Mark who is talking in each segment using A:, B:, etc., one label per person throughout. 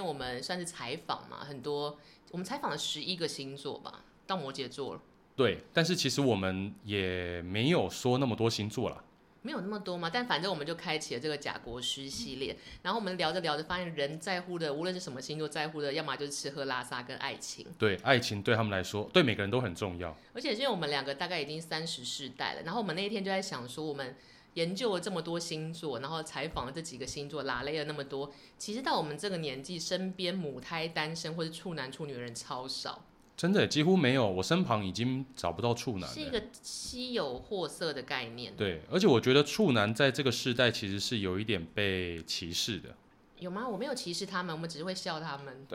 A: 我们算是采访嘛，很多我们采访了十一个星座吧，到摩羯座了，
B: 对，但是其实我们也没有说那么多星座啦。
A: 没有那么多嘛，但反正我们就开启了这个假国师系列。然后我们聊着聊着，发现人在乎的，无论是什么星座在乎的，要么就是吃喝拉撒跟爱情。
B: 对，爱情对他们来说，对每个人都很重要。
A: 而且因为我们两个大概已经三十世代了，然后我们那一天就在想说，我们研究了这么多星座，然后采访了这几个星座，拉累了那么多，其实到我们这个年纪，身边母胎单身或是处男处女的人超少，
B: 真的几乎没有，我身旁已经找不到处男
A: 是一
B: 了。
A: 个稀有货色的概念。
B: 对，而且我觉得处男在这个世代其实是有一点被歧视的。
A: 有吗？我没有歧视他们，我们只是会笑他们。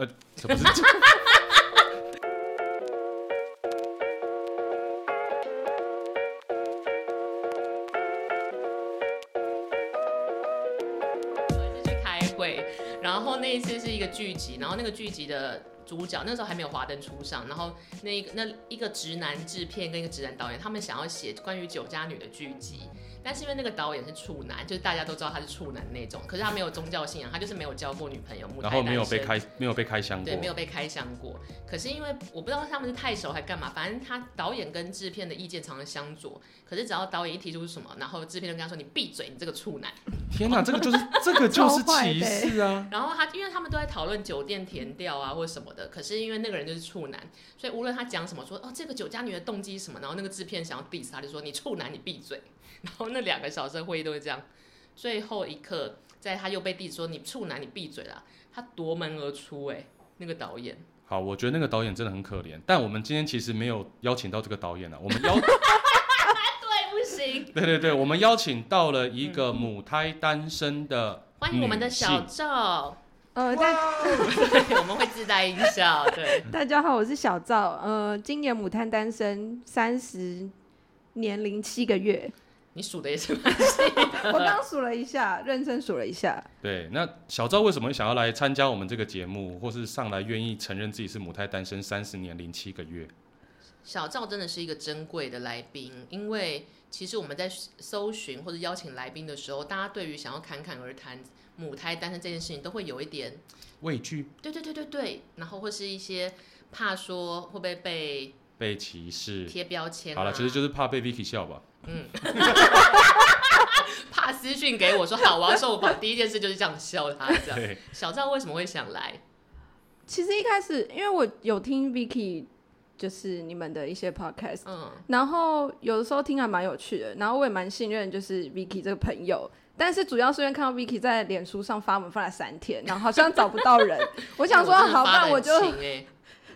B: 这不是
A: 我们是去开会，然后那一次是一个剧集，然后那个剧集的主角那时候还没有华灯初上，然后那一个那一个直男制片跟一个直男导演，他们想要写关于酒家女的剧集，但是因为那个导演是处男，就是大家都知道他是处男那种，可是他没有宗教信仰，他就是没有交过女朋友，母胎
B: 然后没有
A: 单身
B: 被开没有被开箱过
A: 对，，没有被开箱过。可是因为我不知道他们是太熟还干嘛，反正他导演跟制片的意见常常相左。可是只要导演一提出什么，然后制片就跟他说：“你闭嘴，你这个处男。”
B: 天哪，这 个就是这个就是
C: 超坏
B: 歧
C: 的欸
B: 视啊！
A: 然后他，因为他们都在讨论酒店甜调啊或什么的，可是因为那个人就是处男，所以无论他讲什么说哦这个酒家女的动机是什么，然后那个制片想要 diss 他，就说你处男你闭嘴。 然后那两个小时的会议都是这样，最后一刻在他又被 diss 说你处男你闭嘴啦，他夺门而出哎、那个导演
B: 好，我觉得那个导演真的很可怜，但我们今天其实没有邀请到这个导演啊，我们邀
A: 对不行，
B: 对对对，我们邀请到了一个母胎单身的，
A: 欢迎我们的小赵，
C: 呃，大
A: 嗯 对，我们会自带音效，对，
C: 大家好，我是小赵，呃，今年母胎单身三十年零七个 月，
A: 你数的也是
C: 我刚数了一下，认真数了一下，
B: 对，那小赵为什么会想要来参加我们这个节目，或是上来愿意承认自己是母胎单身三十年零七个月？
A: 小赵真的是一个珍贵的来宾，因为其实我们在搜寻或者邀请来宾的时候，大家对于想要侃侃而谈母胎单身这件事情，都会有一点
B: 畏惧
A: 对对对对对，然后或是一些怕说会不会被
B: 被歧视，
A: 贴标签、啊。
B: 好了，其实就是怕被 Vicky 笑吧。
A: 怕私讯给我说好，我要受访，第一件事就是这样笑他这样。
B: 对，啊
A: 小赵为什么会想来？
C: 其实一开始，因为我有听 Vicky，就是你们的一些 podcast，
A: 嗯，
C: 然后有的时候听还蛮有趣的，然后我也蛮信任就是 Vicky 这个朋友，但是主要是因为看到 Vicky 在脸书上发文发了三天，然后好像找不到 人，我想说
A: 因为真的
C: 好，
A: 发得
C: 那我
A: 很
C: 就
A: 勤欸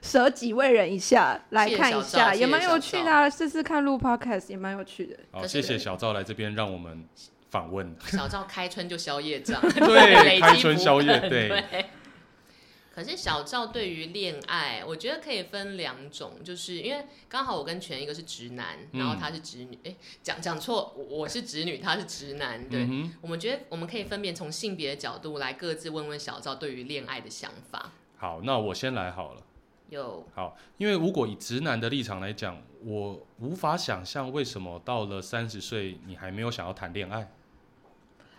C: 舍己为人一下，来看一
A: 谢谢小赵
C: 下，也蛮有趣的、啊，试试看录 podcast 也蛮有趣的。
B: 好，
A: 可
B: 谢
A: 是
B: 谢小赵来这边让我们访问。
A: 小赵开春就宵夜账， 累积
B: 对，开春
A: 不
B: 宵夜，
A: 肯
B: 对，
A: 可是小赵对于恋爱，我觉得可以分两种，就是因为刚好我跟全一个是直男，
B: 嗯
A: 然后他是直女，哎、讲讲错，我我是直女，他是直男，对。
B: 嗯哼，
A: 我们觉得我们可以分别从性别的角度来各自问问小赵对于恋爱的想法。
B: 好，那我先来好了。
A: 有，
B: 好，因为如果以直男的立场来讲，我无法想象为什么到了三十岁你还没有想要谈恋爱。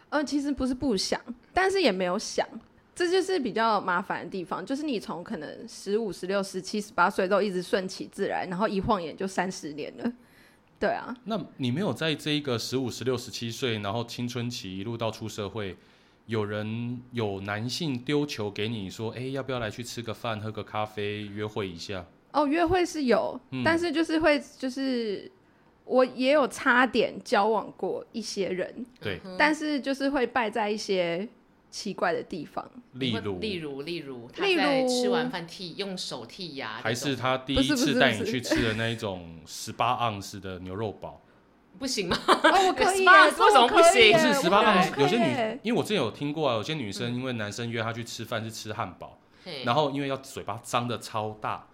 C: 呃，其实不是不想，但是也没有想，这就是比较麻烦的地方，就是你从可能十五、十六、十七、十八岁都一直顺其自然，然后一晃眼就三十年了。对啊，
B: 那你没有在这一个十五、十六、十七岁，然后青春期一路到出社会，有人有男性丢球给你说，哎，要不要来去吃个饭、喝个咖啡、约会一下？
C: 哦，约会是有，但是就是会就是。我也有差点交往过一些人，
B: 对，
C: 但是就是会败在一些奇怪的地方，
B: 例如，
A: 例如，例如，他
C: 例如
A: 在吃完饭剔用手剔牙这种，
B: 还是他第一
C: 不是不
B: 次
C: 是
B: 带你
C: 不是
B: 去吃的那一种十八盎司的牛肉 堡，
A: 不行吗？
C: 哦，我可以耶，
A: 18
C: 这
A: 为什么
C: 我
A: 不
C: 可以
A: 行
C: 耶
B: 不是十
C: 我
B: 八
C: 可以
B: 盎司，有些
C: 耶
B: 女，因为我之前有听过啊，有些女生因为男生约她去吃饭是吃汉堡。
A: 嘿
B: 然后因为要嘴巴张的超大，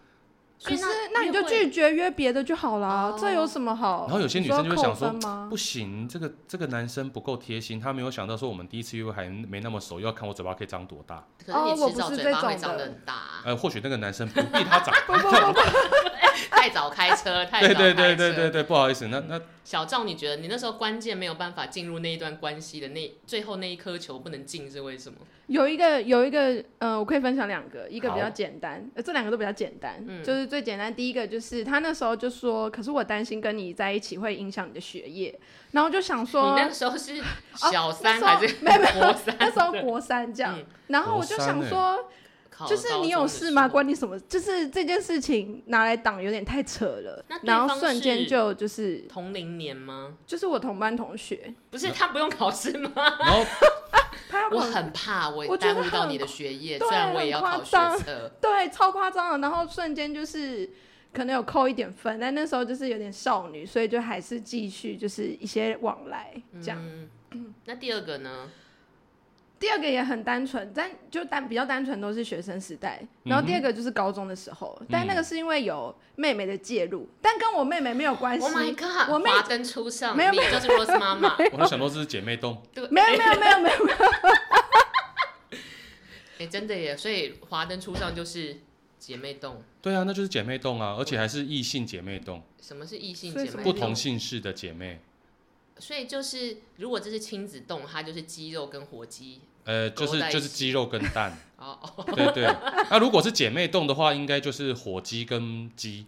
A: 所
C: 可
A: 以
C: 是
A: 那
C: 那你就
A: 约会
C: 拒绝约别的就好啦
A: 哦，
C: 这有什么好？
B: 然后有些女生就会想说
C: 你扣分吗
B: 不？行，这个这个男生不够贴心，他没有想到说我们第一次约会还没那么熟，又要看我嘴巴可以张多大。
A: 可是你
C: 哦我
A: 迟
C: 不
A: 早
C: 是
A: 嘴
C: 这
A: 巴会
C: 种
A: 长得
C: 的
A: 很大啊、嘛？
B: 呃，或许那个男生不必他长
C: 不不不不，
A: 太早开 车， 太早开
B: 对对
A: 车。
B: 对对对对，不好意思，那那
A: 小赵，你觉得你那时候关键没有办法进入那一段关系的那最后那一颗球不能进是为什么？
C: 有一个有一个，呃，我可以分享两个，一个比较
B: 好
C: 简单，呃，这两个都比较简单，
A: 嗯
C: 就是最简单。第一个就是他那时候就说，可是我担心跟你在一起会影响你的学业，然后我就想
A: 你
C: 说，
A: 那时候是小三
C: 那时候
A: 还是
C: 啊 没有没
A: 国三？
C: 那时候国三这样，
A: 嗯
C: 然后我就想说，
A: 考
C: 就是你有事
A: 高中的时
C: 吗？
A: 候
C: 关你什么？就是这件事情拿来挡有点太扯了
A: 那，对
C: 然后
A: 方
C: 瞬间
A: 是
C: 就就是
A: 同龄年吗？
C: 就是我同班同学，
A: 不是他不用考试吗？
B: 然后
C: 嗯他要
A: 我
C: 考
A: 很怕我
C: 我觉得
A: 耽误到
C: 很
A: 你的学业，
C: 对
A: 虽然我也要
C: 很夸
A: 考学
C: 张
A: 测。
C: 对，超夸张的。然后瞬间就是可能有扣一点分，但那时候就是有点少女，所以就还是继续就是一些往来这样。
A: 嗯，那第二个呢？
C: 第二个也很单纯，但就单比较单纯都是学生时
A: 嗯
C: 代。然后第二个就是高中的时候，但那个是因为有妹妹的介入，但跟我妹妹没有关系。
A: Oh my god！
C: 我妹
A: 华灯初上，
C: 没有
A: 你就是 Rose 妈妈。
B: 我就想到这是姐妹洞，
A: 对，
C: 没有没有没 有没有，
A: 哎，真的耶！所以华灯初上就是姐妹洞。
B: 对啊，那就是姐妹洞啊，而且还是异性姐妹洞，
A: 什么是异性
C: 所以
A: 姐
C: 什
A: 妹？
C: 么
B: 不同姓氏的姐妹，
A: 所以就是，如果这是亲子洞，它就是鸡肉跟火鸡。
B: 呃，就
A: 勾
B: 是
A: 在一起
B: 就是鸡肉跟蛋，
A: 哦哦，
B: 对对。那如果是姐妹洞的话，应该就是火鸡跟鸡。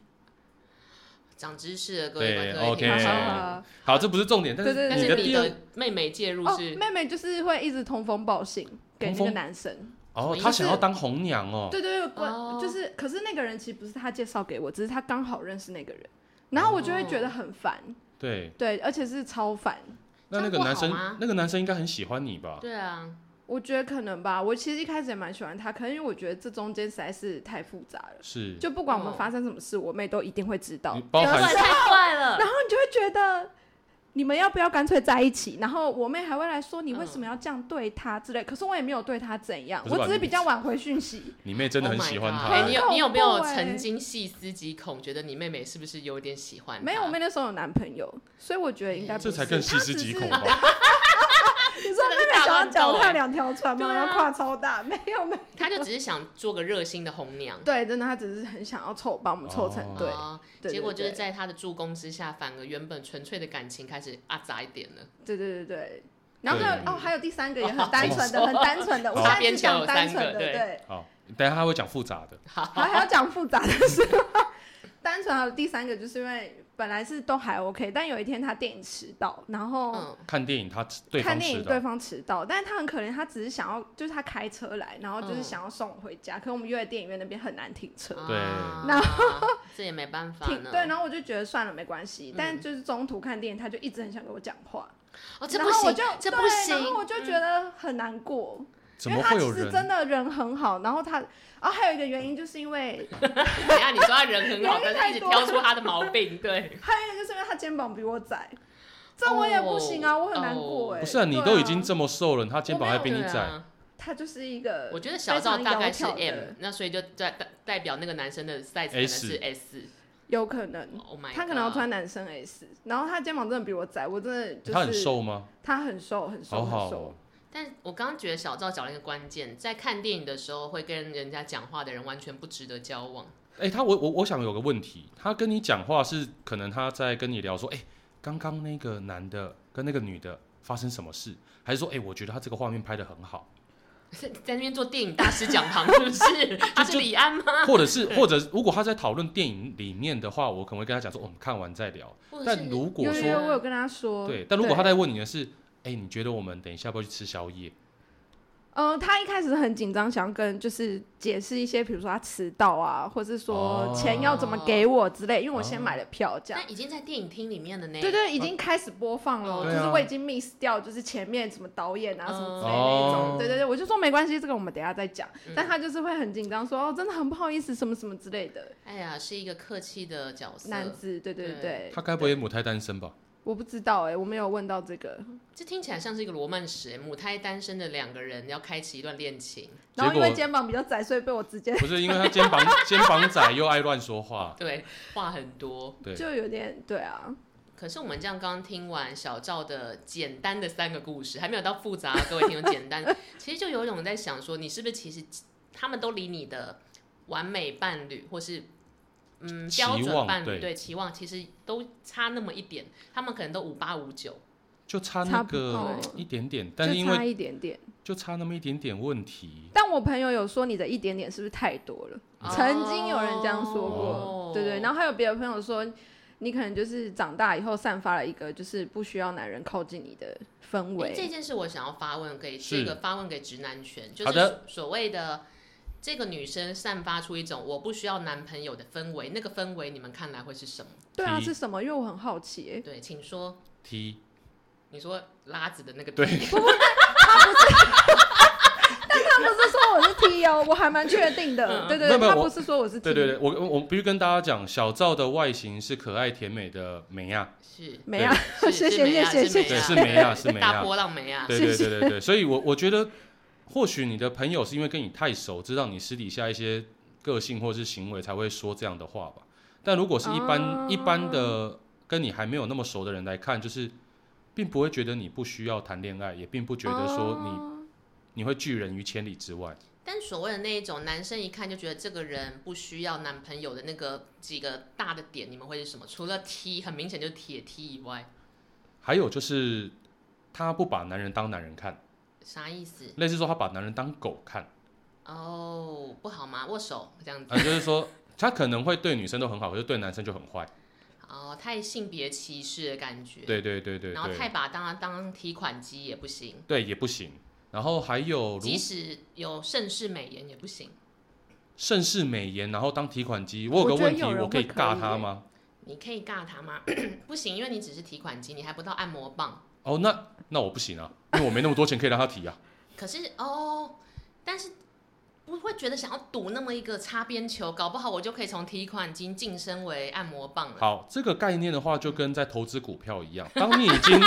A: 长知识了，各位观
B: 对
A: 众也
B: OK
A: 听到
B: 对
A: 了
B: 好，这不是重点，但
C: 对
B: 是
A: 但
B: 你
A: 是
B: 的
A: 你
B: 第二
A: 的妹妹介入
C: 哦
A: 是，
C: 妹妹就是会一直通风报信给那
B: 通
C: 个
B: 风
C: 男生。
A: 什么
B: 哦
A: 意，思
B: 她想要当红娘哦，
C: 对对对，关、
A: 哦
C: 就是，可是那个人其实不是他介绍给我，只是他刚好认识那
B: 哦
C: 个人，然后我就会觉得很烦。
B: 对。
C: 对，而且是超烦。
A: 这
B: 那那
A: 样
B: 个
A: 不
B: 男
A: 好
B: 生
A: 吗，
B: 那个男生应该很喜欢你吧？
A: 对啊，
C: 我觉得可能吧，我其实一开始也蛮喜欢他，可能因为我觉得这中间实在是太复杂了，
B: 是，
C: 就不管我们
A: 哦
C: 发生什么事，我妹都一定会知道
B: 你。嗯包
A: 太
B: 含
A: 快太快了，
C: 然后你就会觉得，你们要不要干脆在一起？然后我妹还会来说你为什么要这样对她之类，可是我也没有对她怎样，
B: 不嗯是吧
C: 我只是
B: 你
C: 比较晚回讯息。
B: 你妹 真的很
A: Oh my
B: 喜欢
A: god
B: 他
A: 哎
B: 欸，
A: 你有你有没
C: 很
A: 有
C: 恐怖哎
A: 曾经细思极恐，觉得你妹妹是不是有点喜欢她？
C: 没有，我妹那时候有男朋友，所以我觉得应该不
B: 这
C: 是。
B: 才更细思
C: 她只
B: 极
C: 是
B: 恐吧？
C: 你说妹妹想要脚踏两条船吗？
A: 对啊
C: 要跨超大？没有没有。
A: 她就只是想做个热心的红娘。
C: 对，真的，她只是很想要凑，把我们凑成
B: 哦
C: 对。
A: 哦
C: 对对
A: 结果就是
C: 对
A: 在她的助攻之下，反而原本纯粹的感情开始阿杂一点了。
C: 对对对对。然后还有
A: 对
C: 哦，还有第三个也很单纯的，
A: 哦
C: 很单 纯的。
B: 好
C: 我现在
A: 边
C: 只
A: 角有
C: 讲单
A: 三个
C: 纯的，
A: 对
C: 对。
B: 好，等一下他会讲复杂的，
C: 还还要讲复杂的事。单纯还有第三个，就是因为本来是都还 OK，但有一天他电影迟到，然后
A: 嗯，
B: 看电影他对
C: 看
B: 方
C: 电
B: 吃
C: 影对
B: 的，
C: 方迟到，但是他很可怜，他只是想要就是他开车来，然后就是
A: 嗯
C: 想要送我回家，可是我们约在电影院那边很难停车。
B: 对
A: 啊
C: 然
A: 这也没办法
C: 停
A: 呢。
C: 对，然后我就觉得算了，没关系
A: 嗯。
C: 但就是中途看电影，他就一直很想跟我讲话，
A: 哦，这
C: 然
A: 不
C: 后我
A: 行
C: 就，
A: 这
C: 对
A: 不行。嗯
C: 然后我就觉得很难过。
B: 怎
C: 因
B: 么
C: 为他
B: 会有
C: 其实真
B: 人？
C: 的人很好，然后他，然、后还有一个原因就是因为，
A: 等一下你说他人很好，但是
C: 原因太
A: 一直
C: 多
A: 挑出他的毛病，对。
C: 还有一个就是因为他肩膀比我窄，这我也不行啊，
A: 哦
C: 我很难过哎、
B: 不是啊，你
C: 对
B: 都已经这么瘦了，他肩膀还比你
A: 对
B: 窄，
A: 啊，
C: 他就是一个，
A: 我觉得小赵大概是
C: 非常窈窕的
A: M，那所以就代代代表那个男生的 size 可能
B: S
A: 是 S。
C: 有可能
A: Oh my，
C: 他可能要
A: god
C: 穿男生 S，然后他肩膀真的比我窄，我真的就是
B: 他很，瘦吗？
C: 他很瘦，很
B: 好
C: 瘦，
B: 好
C: 很
B: 哦
C: 瘦，，
A: 但我刚刚觉得小赵讲了一个关键，在看电影的时候会跟人家讲话的人完全不值得交往。
B: 哎，他我我我想有个问题，他跟你讲话是可能他在跟你聊说，哎，刚刚那个男的跟那个女的发生什么事，还是说，哎，我觉得他这个画面拍的很 好，
A: 在在那边做电影大师讲堂是不是？他是李安吗？
B: 或者是或者如果他在讨论电影里面的话，我可能会跟他讲说，哦我们看完再聊。
A: 或者
B: 但
A: 是
B: 如
C: 有
B: 果
C: 有
B: 说
C: 有，我有跟他说，
B: 对，但如果他在问你的是，哎、你觉得我们等一下要不要去吃宵夜？
C: 嗯，他一开始很紧张，想要跟就是解释一些，比如说他迟到啊，或是说
B: 哦
C: 钱要怎么给我之类，因为我先买了票这样
A: 那。已经在电影厅里面了呢。
C: 对对，已经开始播放
A: 哦
C: 了，就
B: 对啊
C: 是我已经 miss 掉，就是前面什么导演啊
A: 嗯
C: 什么之类的那
B: 哦
C: 种。对对对，我就说没关系，这个我们等一下再讲
A: 嗯。
C: 但他就是会很紧张，说哦，真的很不好意思，什么什么之类的。
A: 哎呀，是一个客气的角色。
C: 男子，对对
A: 对
C: 对呃对
B: 他，该不会母胎单身吧？
C: 我不知道哎，我没有问到这个。
A: 这听起来像是一个罗曼史欸，母胎单身的两个人要开启一段恋情。
C: 然后
B: 结
C: 因
B: 果
C: 为肩膀比较窄，所以被我直接
B: 不是，因为他肩膀肩膀窄又爱乱说话。
A: 对，话很多。
B: 对，
C: 就有点对啊，
A: 可是我们这样刚刚听完小赵的简单的三个故事，还没有到复 杂，各位听众简单，其实就有一种在想说，你是不是其实他们都离你的完美伴侣或是嗯
B: 期
A: 标准
B: 望
A: 伴侣
B: 对
A: 对期望，其实都差那么一点，他们可能都五八五九，
B: 就差那
C: 差不
B: 个
C: 多
B: 一点点，但是
C: 就
B: 因
C: 差
B: 为
C: 一点点。
B: 就差那么一点点问题，
C: 但我朋友有说你的一点点是不是太多了？曾经有人这样
A: 哦
C: 说过，对对。然
A: 后
C: 后还有别的朋友说，你可能就是长大以后散发了一个就是不需要男人靠近你的氛围。
A: 这件事我想要发问给
B: 是
A: 这个发问给直男圈，就
B: 好
A: 是
B: 的
A: 所所谓的。这个女生散发出一种我不需要男朋友的氛围，那个氛围你们看来会是什么？
C: 对啊，
B: 提
C: 是什么？因为我很好奇、欸
A: 对，请说。
B: 提
A: 你说拉子的那个
B: 对
A: 屁
C: 他不是说我是 T 哦，我还蛮确定的。
A: 嗯
C: 对对
B: 没有
C: 对，
B: 没有
C: 他
B: 我
C: 不是说我是 T，
B: 对对对，我我我必须跟大家讲，小赵的外形是可爱甜美的梅亚，
A: 是
C: 没啊，
A: 是
C: 谢
A: 是
C: 谢
A: 梅亚
C: 谢谢
A: 是梅
B: 对，是
C: 谢
A: 亚
B: 梅 亚，是梅
A: 大
B: 亚，
A: 波浪梅啊，
B: 对
C: 谢
B: 对
C: 谢
B: 对对对，所以我我觉得，或许你的朋友是因为跟你太熟，知道你私底下一些个性或是行为，才会说这样的话吧。但如果是一般、一般的跟你还没有那么熟的人来看，就是并不会觉得你不需要谈恋爱，也并不觉得说你、
C: 哦
B: 你会拒人于千里之外。
A: 但所谓的那一种男生一看就觉得这个人不需要男朋友的那个几个大的点，你们会是什么？除了 T，很明显就是铁 T 以外，
B: 还有就是他不把男人当男人看，
A: 啥意思？
B: 类似说他把男人当狗看，
A: 哦、不好吗？握手这样子
B: 啊、。就是说他可能会对女生都很好，可是对男生就很坏。
A: 哦、太性别歧视的感觉。
B: 对对对对
A: 然后
B: 对
A: 太，把当当提款机也不行，
B: 对也不行。然后还有哦如
A: 即使有盛世美颜也不行。
B: 盛世美颜，然后当提款机。我有个
C: 我觉得
B: 问题，
C: 有人
B: 我可以
C: 会可
B: 尬
C: 以
B: 他
C: 耶
B: 吗？
A: 你可以尬他吗？ 不行，因为你只是提款机，你还不到按摩棒。
B: 哦，那那我不行啊，因为我没那么多钱可以让他提啊。
A: 可是哦，但是不会觉得想要赌那么一个擦边球，搞不好我就可以从提款机晋升为按摩棒了。
B: 好，这个概念的话，就跟在投资股票一样，当你已经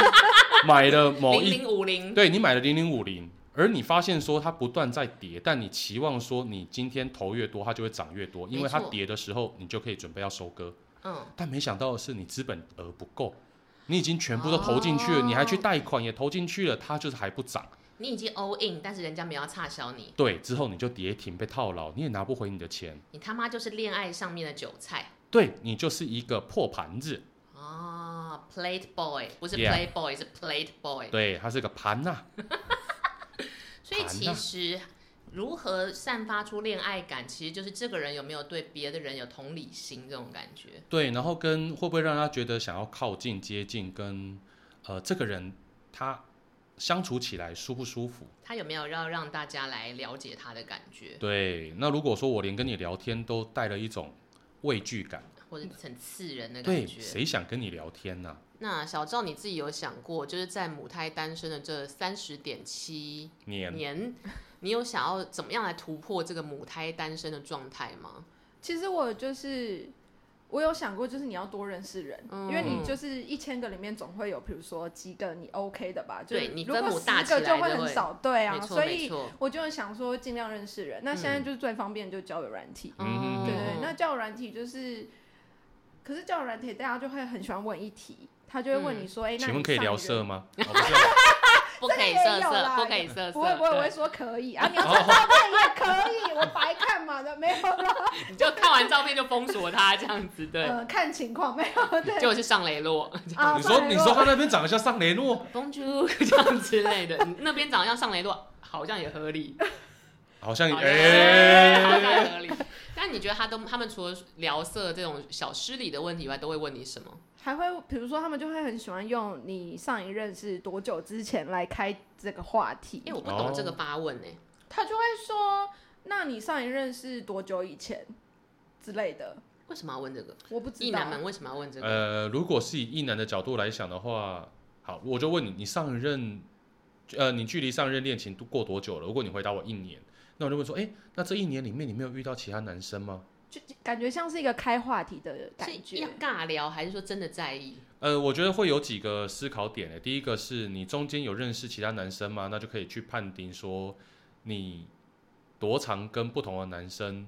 B: 买了某
A: 零
B: 一，
A: 零五零，
B: 对你买了零零五零，而你发现说它不断在跌，但你期望说你今天投越多，它就会涨越多，因为它
A: 没错
B: 跌的时候，你就可以准备要收割。
A: 嗯，
B: 但没想到的是，你资本额不够，你已经全部都投进去了，你还去
A: 哦
B: 贷款也投进去了，它就是还不涨。
A: 你已经 all in，但是人家没有要差销你，
B: 对，之后你就跌停被套牢，你也拿不回你的钱。
A: 你他妈就是恋爱上面的韭菜
B: 对你就是一个破盘子，
A: 哦 plate boy 不是 play
B: Yeah
A: boy 是 plate boy。
B: 对，它是个盘呐、
A: 所以
B: 盘啊
A: 其
B: 呐
A: 实如何散发出恋爱感，其实就是这个人有没有对别的人有同理心这种感觉。
B: 对，然后跟会不会让他觉得想要靠近、接近，跟呃这个人他相处起来舒不舒服？
A: 他有没有要让大家来了解他的感觉，
B: 对，那如果说我连跟你聊天都带了一种畏惧感，
A: 或者很刺人的感
B: 对，
A: 觉？
B: 谁想跟你聊天呢、
A: 那小赵，你自己有想过，就是在母胎单身的这三十点七
B: 年
A: 年，你有想要怎么样来突破这个母胎单身的状态吗？
C: 其实我就是我有想过，就是你要多认识人，
A: 嗯
C: 因为你就是一千个里面总会有，比如说几个你 OK 的吧，就是
A: 对你
C: 如
A: 分
C: 果
A: 母
C: 十
A: 大起
C: 个就
A: 来
C: 会
A: 对不
C: 很
A: 对
C: 少，对啊，
A: 没错，
C: 所
A: 没
C: 以
A: 错。嗯
C: 我就想说尽量认识人。那现在就是最方便就交友软体，
B: 嗯
A: 哦
C: 对对，那交友软体就是，可是交友软体大家就会很喜欢问一题，他就会问
A: 嗯
C: 你说，哎、那
B: 请
C: 你
B: 问可以
C: 上
B: 聊
C: 一个
B: 色吗？哦、不是啊
A: 不可以
C: 这个
A: 色
C: 也有
A: 色，
C: 啦
A: 不可以色色，
C: 不会不会，我会
A: 对
C: 说可以啊，你要
B: 哦
C: 看照片也可以，我白看嘛的，没有啦，
A: 你就看完照片就封锁他这样子， 对，
C: 呃，看情况没有对
A: 结果是上雷洛，
C: 啊，
B: 你说
C: 算了
B: 你说他那边长得像上雷诺，
A: 公主这样之类的，你那边长得像上雷洛，好像也合理，
B: 好像
A: 好像好像
B: 哎，
A: 也合理。但你觉得他都他们除了聊色这种小失礼的问题以外，都会问你什么？
C: 还会，比如说他们就会很喜欢用你上一任是多久之前来开这个话题
A: 因，为我不懂这个
B: 哦
A: 发问欸呢、
C: 他就会说，那你上一任是多久以前之类的，
A: 为什么要问这个？
C: 我不知
A: 异
C: 道
A: 男。们为什么要问这个？
B: 呃，如果是以一男的角度来想的话，好，我就问你，你上一任，呃，你距离上一任恋情都过多久了？如果你回答我一年，那我就问说，哎、那这一年里面你没有遇到其他男生吗？
C: 就感觉像是一个开话题的感
A: 是
C: 觉
A: 要，尬聊，还是说真的在意？
B: 呃，我觉得会有几个思考点诶。第一个是你中间有认识其他男生吗？那就可以去判定说你多常跟不同的男生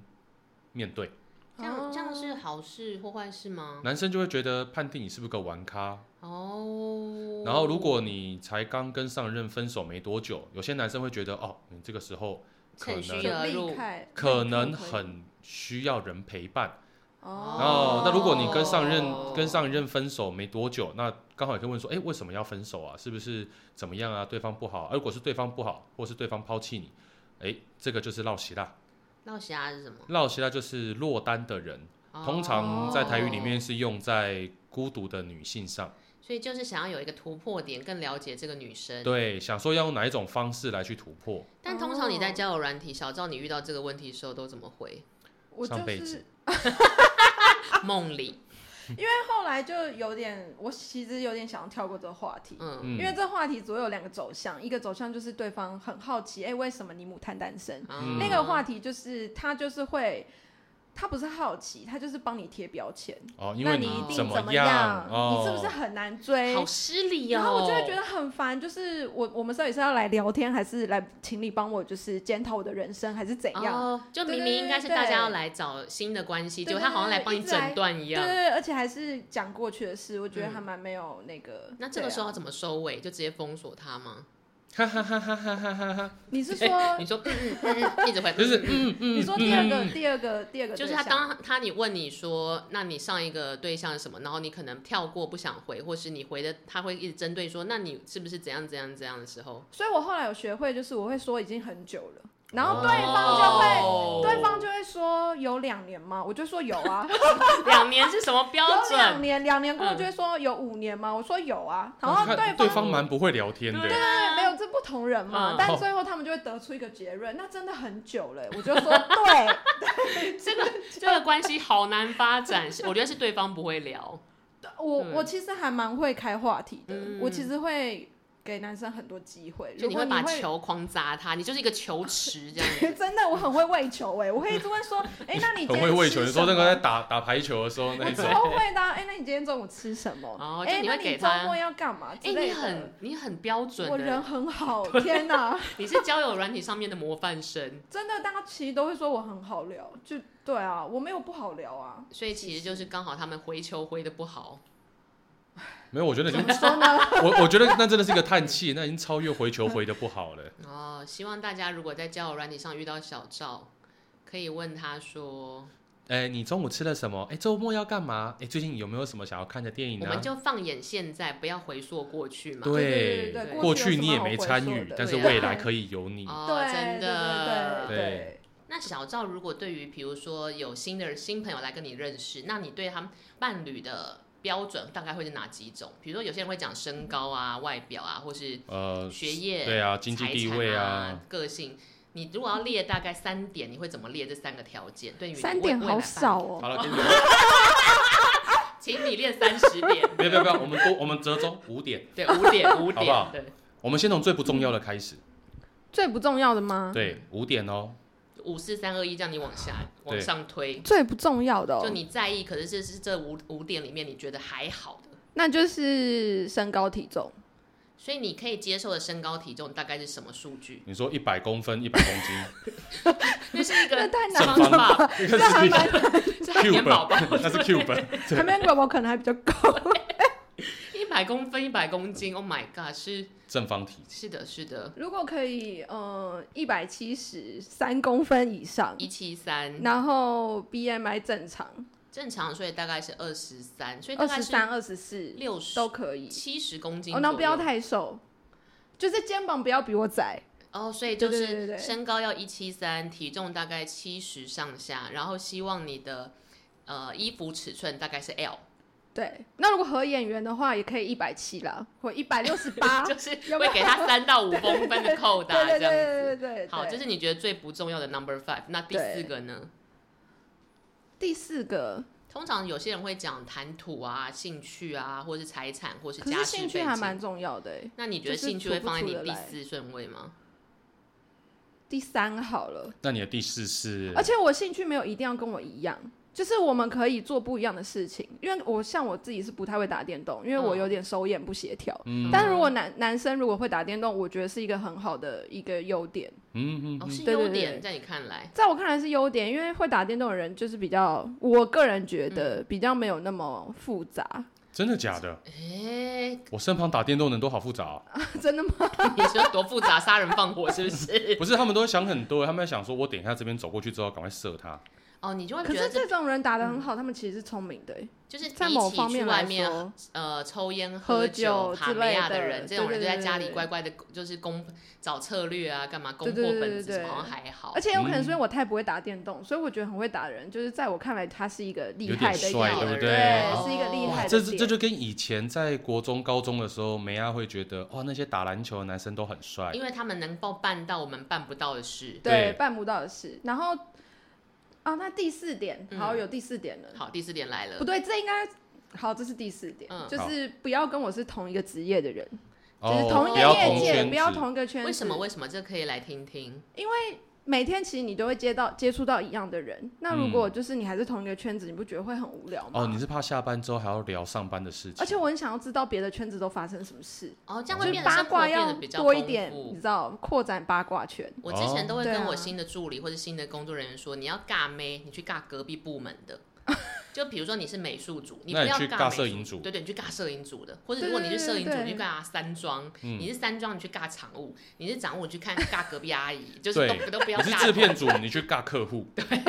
B: 面对，
A: 这样
C: 哦
A: 这样是好事或坏事吗？
B: 男生就会觉得判定你是不是个玩咖。
A: 哦。
B: 然后如果你才刚跟上任分手没多久，有些男生会觉得哦，你这个时候可
A: 趁虚
B: 能
C: 就
A: 而入
C: 厉，害，
B: 可能很需要人陪伴。
C: 哦，
B: 然后，那如果你跟上任
A: 哦
B: 跟上一任分手没多久，那刚好也可以问说，哎，为什么要分手啊？是不是怎么样啊？对方不好、啊？如果是对方不好，或是对方抛弃你，哎，这个就是落席啦。
A: 闹虾是什么？
B: 落席啦就是落单的人，通常在台语里面
A: 哦，
B: 是用在孤独的女性上。
A: 所以就是想要有一个突破点，更了解这个女生。
B: 对，想说要用哪一种方式来去突破？
A: 但通常你
C: 哦
A: 在交友软体，小赵你遇到这个问题的时候都怎么 回？
C: 我就
B: 上辈
C: 是
B: 子
A: 梦里，
C: 但后来就有点，我其实有点想要跳过这个话题。
A: 嗯，
B: 嗯
C: 因为这话题左右有两个走向，一个走向就是对方很好奇，哎、为什么你母胎单身？
A: 嗯
C: 那个话题就是他就是会，他不是好奇，他就是帮你贴标签，
B: 哦，因
C: 那
B: 为
C: 你一
A: 你
C: 定
B: 怎
C: 么
B: 样？
C: 你是不是
B: 哦，
C: 很难追？
A: 好失礼哦。
C: 然后我就会觉得很烦，就是我我们到底是要来聊天，还是来请你帮我就是检讨我的人生，还是怎样？
A: 哦，就
C: 对
A: 明
C: 对
A: 明应该是
C: 对
A: 大家要来找新的关系，
C: 对
A: 结果
C: 对
A: 他好像来
C: 对
A: 帮你
C: 一直来
A: 诊断一
C: 对
A: 样
C: 对。对，而且还是讲过去的事，我觉得
A: 嗯
C: 还蛮没有那个。
A: 那这个
C: 对啊
A: 时候要怎么收尾？就直接封锁他吗？
B: 哈哈哈哈哈哈哈哈！
C: 啊 你是说
A: 你说嗯嗯嗯嗯，一直回，
B: 就是
A: 嗯嗯
C: 你说第二个第二个第二
A: 嗯，
C: 个
A: 就是
C: 对
A: 他
C: 象
A: 当他你问你说，那你上一个对象是什么？然后你可能跳过不想回，或是你回的他会一直针对说，那你是不是怎样怎样怎样的时候，
C: 所以我后来有学会，就是我会说已经很久了，然后
B: 哦
C: 对方就会、
A: 哦
C: 对方就会说有两年嘛，我就说有啊，
A: 两年是什么 标
C: 有两
A: 准？
C: 年，两年过后
A: 嗯
C: 就会说有五年嘛，我说有啊，然
B: 你
C: 后
B: 嗯看
C: 对
B: 对
C: 方。
B: 方蛮不会聊天的，
C: 对，啊 没有这不同人嘛，
A: 嗯
C: 但最后他们就会得出一个结论，那真的很久了欸， 我就说对，
A: 这个这个关系好难发展，是我觉得是对方不会聊。
C: 我
A: 对
C: 我其实还蛮会开话题的，
A: 嗯
C: 我其实会给男生很多机会，
A: 就
C: 如
A: 你
C: 果
A: 会
C: 你
A: 把
C: 会
A: 球框砸他，你就是一个球池这样子。
C: 真的我很会喂球哎，我会一直问说，哎，那 你今
B: 很
C: 天
B: 会喂
C: 吃
B: 球。你
C: 什
B: 说那个
C: 么
B: 在打打排球的时候那一种，
C: 超会的啊、哎、那你今天中午吃什么
A: 哦？就
C: 哎、
A: 你
C: 那
A: 会
C: 你
A: 给
C: 周
A: 他
C: 末要干嘛？
A: 哎、
C: 之类
A: 你
C: 的
A: 很你很标准
C: 我人
A: 的，
C: 很好，天哪，
A: 你是交友软体上面的模范 生，
C: 真的，大家其实都会说我很好聊，就对啊，我没有不好聊啊。
A: 所以其实就是刚好他们回球回的不好。
B: 没有，我觉得已经，
C: 说呢，
B: 我我觉得那真的是一个叹气，那已经超越回球回的不好了。
A: 哦，希望大家如果在交友软体上遇到小赵，可以问他说，
B: 哎，你中午吃了什么？哎，周末要干嘛？哎，最近有没有什么想要看的电影
A: 我
B: 啊
A: 们？就放眼现在，不要回溯过去嘛。
C: 对对对
A: 对
B: 过
C: 去
B: 去
C: 有什
B: 你
C: 么
B: 也
C: 好
B: 没
C: 回
B: 参
C: 溯
B: 与
C: 的，
B: 但是
A: 对啊
B: 未来可以有你。
A: 哦，
C: 对，
A: 真的。
C: 对对对
A: 那小赵，如果对于比如说有新的新朋友来跟你认识，那你对他们伴侣的标准大概会是哪几种？比如说有些人会讲身高啊、外表啊，或是
B: 呃，
A: 学业、
B: 对啊，经济
A: 财
B: 地
A: 产
B: 位
A: 啊、个性。你如果要列大概三点，你会怎么列这三个条件？对于你
C: 三
A: 未
C: 点
A: 未来
C: 好
A: 伴侣
C: 少哦、
B: 好了，给你。
A: 请你列三十点，
B: 不要不要不要，我们多我们折中五点，
A: 对，五点五
B: 好不好
A: 点，对，
B: 我们先从最不重要的开始。
C: 最不重要的吗？
B: 对，五点哦。
A: 五四三二一，这样你往下往
B: 对
A: 上推，
C: 最不重要的、哦
A: 就你在意，可是这是这五五点里面你觉得还好的，
C: 那就是身高体重，
A: 所以你可以接受的身高体重大概是什么数 据？
B: 你说一百公分，一百公斤，
A: 那是一
C: 那
A: 个
C: 太难
B: 正
C: 了
B: 方
A: 吧
B: 吧？应该是一个
A: 是海绵宝宝，
B: 那是 Q 本，
C: 海绵宝宝可能还比较高。
A: 一百公分一百公斤，Oh my god，是
B: 正方体。
A: 是的，是的，
C: 如果可以，呃，一百七十三公分以上，
A: 一七三
C: 然后 BMI 正常，
A: 正常，所以大概是二十三，所以大
C: 二
A: 概
C: 十
A: 是
C: 三、二十四
A: 六十
C: 都可以。
A: 七十公斤左
C: 哦，那
A: 右。
C: 不要太瘦，就是肩膀不要比我窄。
A: 哦，所以就
C: 对对对对
A: 是
C: 对
A: 身高要一七三，体重大概七十上下，然后希望你的呃衣服尺寸大概是 L，、
C: 对，那如果合眼缘的话，也可以一百七啦，或一百六十八。对
A: 就是
C: 啊有
A: 会
C: 没有
A: 给他三到五公分的扣打
C: 对对
A: 这样子。
C: 对对对。
A: 好，
C: 对
A: 这是你觉得最不重要的 number five。那第
C: 对
A: 四个呢？
C: 第四个，
A: 通常有些人会讲谈吐啊、兴趣啊，或是财产，或是
C: 可
A: 家
C: 是
A: 世
C: 兴趣
A: 背
C: 还
A: 景
C: 蛮重要的欸。
A: 那你觉得
C: 就是
A: 兴趣会
C: 处不
A: 放在
C: 处
A: 你
C: 得
A: 第
C: 来
A: 四顺位吗？
C: 第三好了，
B: 那你的第四是
C: 而且我兴趣没有一定要跟我一样，就是我们可以做不一样的事情。因为我像我自己是不太会打电动，因为我
A: 嗯
C: 有点手眼不协调。
B: 嗯
C: 但如果男男生如果会打电动，我觉得是一个很好的一个优点。
B: 嗯嗯
A: 哦，
B: 嗯，
A: 是
C: 对对
A: 优
C: 对
A: 点，
C: 对
A: 在你看来，
C: 在我看来是优点，因为会打电动的人就是比较，我个人觉
A: 嗯
C: 得比较没有那么复杂，
B: 真的假的？
A: 哎、
B: 我身旁打电动的人都好复杂哦，
C: 真的吗？
A: 你说多复 杂，杀人放火是不是？
C: 呃
B: 不是他们都会想很多，他们在想说我等一下这边走过去之后赶快射他，
A: 哦，你就会
C: 可
A: 觉
C: 是
A: 得这嗯
C: 这种人打的很好，他们其实是聪明的欸，
A: 就是
C: 在
A: 比
C: 某
A: 起
C: 方
A: 去
C: 面
A: 外
C: 来
A: 面
C: 说，
A: 呃抽烟
C: 喝
A: 酒
C: 酒
A: 哈
C: 之
A: 梅
C: 类
A: 亚的
C: 的
A: 人，这种
C: 对
A: 人就
C: 对
A: 在
C: 对
A: 家里
C: 对
A: 乖乖的，就是攻找策略啊，干嘛攻
C: 对对
A: 破
C: 对
A: 本
C: 对
A: 子什么，
C: 对
A: 好像还好
C: 而。且有可能是因为
B: 嗯
C: 我太不会打电动，所以我觉得很会打的人，就是在我看来他是一个厉
B: 有
C: 害
B: 点
C: 的一个
B: 帅
A: 对
C: 人，
A: 不
C: 对
A: 对哦
C: 是一个厉
A: 哇
C: 害的
B: 这这
C: 点
B: 就跟以前在国中、高中的时候，梅亚会觉得哇，那些打篮球的男生都很帅。
A: 因为他们能够办到我们办不到的事。
B: 对
C: 对办不到的事。然后啊，那第四点，好
A: 嗯
C: 有第四点了，
A: 好，第四点来了
C: 不，对，这应该好，这是第四点
A: 嗯，
C: 就是不要跟我是同一个职业的人，就
B: 哦
C: 是同一
B: 不
C: 个
B: 要
C: 业
B: 同
C: 界，
B: 圈
C: 不要
B: 子
C: 同一个圈子。
A: 为什么？？为什么？这可以来听听。
C: 每天其实你都会接到接触到一样的人，那如果就是你还是同一个圈子，你不觉得会很无聊吗？
B: 哦，你是怕下班之后还要聊上班的事情？
C: 而且我很想要知道别的圈子都发生什么事，
A: 哦，这样会
B: 就
C: 就是
A: 变得
C: 八
A: 生活
C: 卦
A: 变
C: 要
A: 得比较
C: 多一
A: 丰
C: 点，
A: 富
C: 你知道，扩展八卦圈。
A: 我之前
B: 哦
A: 都会
C: 对
A: 跟我
C: 啊
A: 新的助理或者新的工作人员说，你要尬妹，你去尬隔壁部门 的。就比如说你是美术组，你不
B: 那你
A: 要
B: 去
A: 尬
B: 尬
A: 美
B: 摄
A: 术
B: 影组
A: 对对，你去尬摄影组的，或者
C: 对
A: 如果你
C: 对
A: 是
C: 对
A: 摄影
C: 对
A: 组，你去
C: 对
A: 尬三庄，
B: 嗯
A: 你是三庄，你去尬场务，你是场务，你去看尬隔壁阿姨，就是
B: 对
A: 都都不要
B: 你是
A: 尬
B: 制片组，你去尬客户，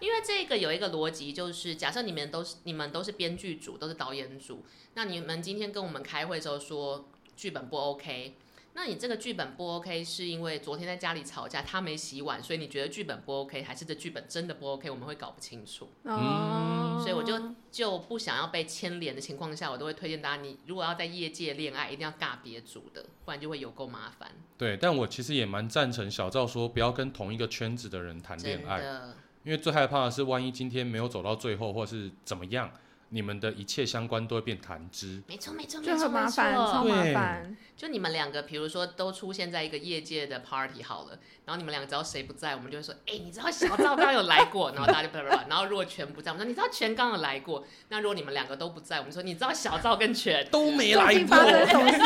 A: 因为这个有一个逻辑，就是假设你们都是你们都是编剧组，都是导演组，那你们今天跟我们开会的时候说剧本不 OK，那你这个剧本不 OK 是因为昨天在家里吵架，他没洗碗，所以你觉得剧本不 OK，还是这剧本真的不 OK？我们会搞不清楚，
C: 嗯，
A: 所以我就就不想要被牵连的情况下，我都会推荐大家，你如果要在业界恋爱，一定要尬别组的，不然就会有够麻烦。
B: 对，但我其实也蛮赞成小赵说，不要跟同一个圈子的人谈恋
A: 真
B: 爱，
A: 的，
B: 因为最害怕的是，万一今天没有走到最后，或是怎么样，你们的一切相关都会变谈资。
A: 没错没错没
C: 就
A: 错，
C: 很麻烦，
A: 没错
C: 超麻
B: 对
C: 烦。
A: 就你们两个，比如说都出现在一个业界的 party 好了，然后你们两个只要谁不在，我们就会说，哎、你知道小赵刚有来 过，然后大家就叭叭叭，然后如果全不在，我们说你知道全刚有来过，那如果你们两个都不在，我们说你知道小赵跟全，
B: 都 没
C: 究竟发生什么事？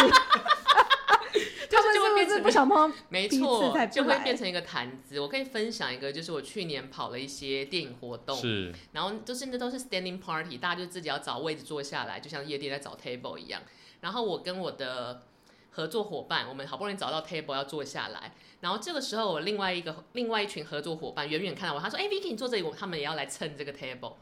C: 他们
A: 就会
C: 是
A: 变
C: 不是
A: 成
C: 不想碰到？
A: 没
C: 彼此
A: 错，
C: 才不
A: 就会
C: 来
A: 变成一个谈资。我可以分享一个，就是我去年跑了一些电影活动，
B: 是，
A: 然后就是那都是 standing party，大家就自己要找位置坐下来，就像夜店在找 table 一样。然后我跟我的合作伙伴，我们好不容易找到 table 要坐下来，然后这个时候我另外一个另外一群合作伙伴远远看到我，他说：“哎、v i c k y 你坐这里，我他们也要来蹭这个 table。”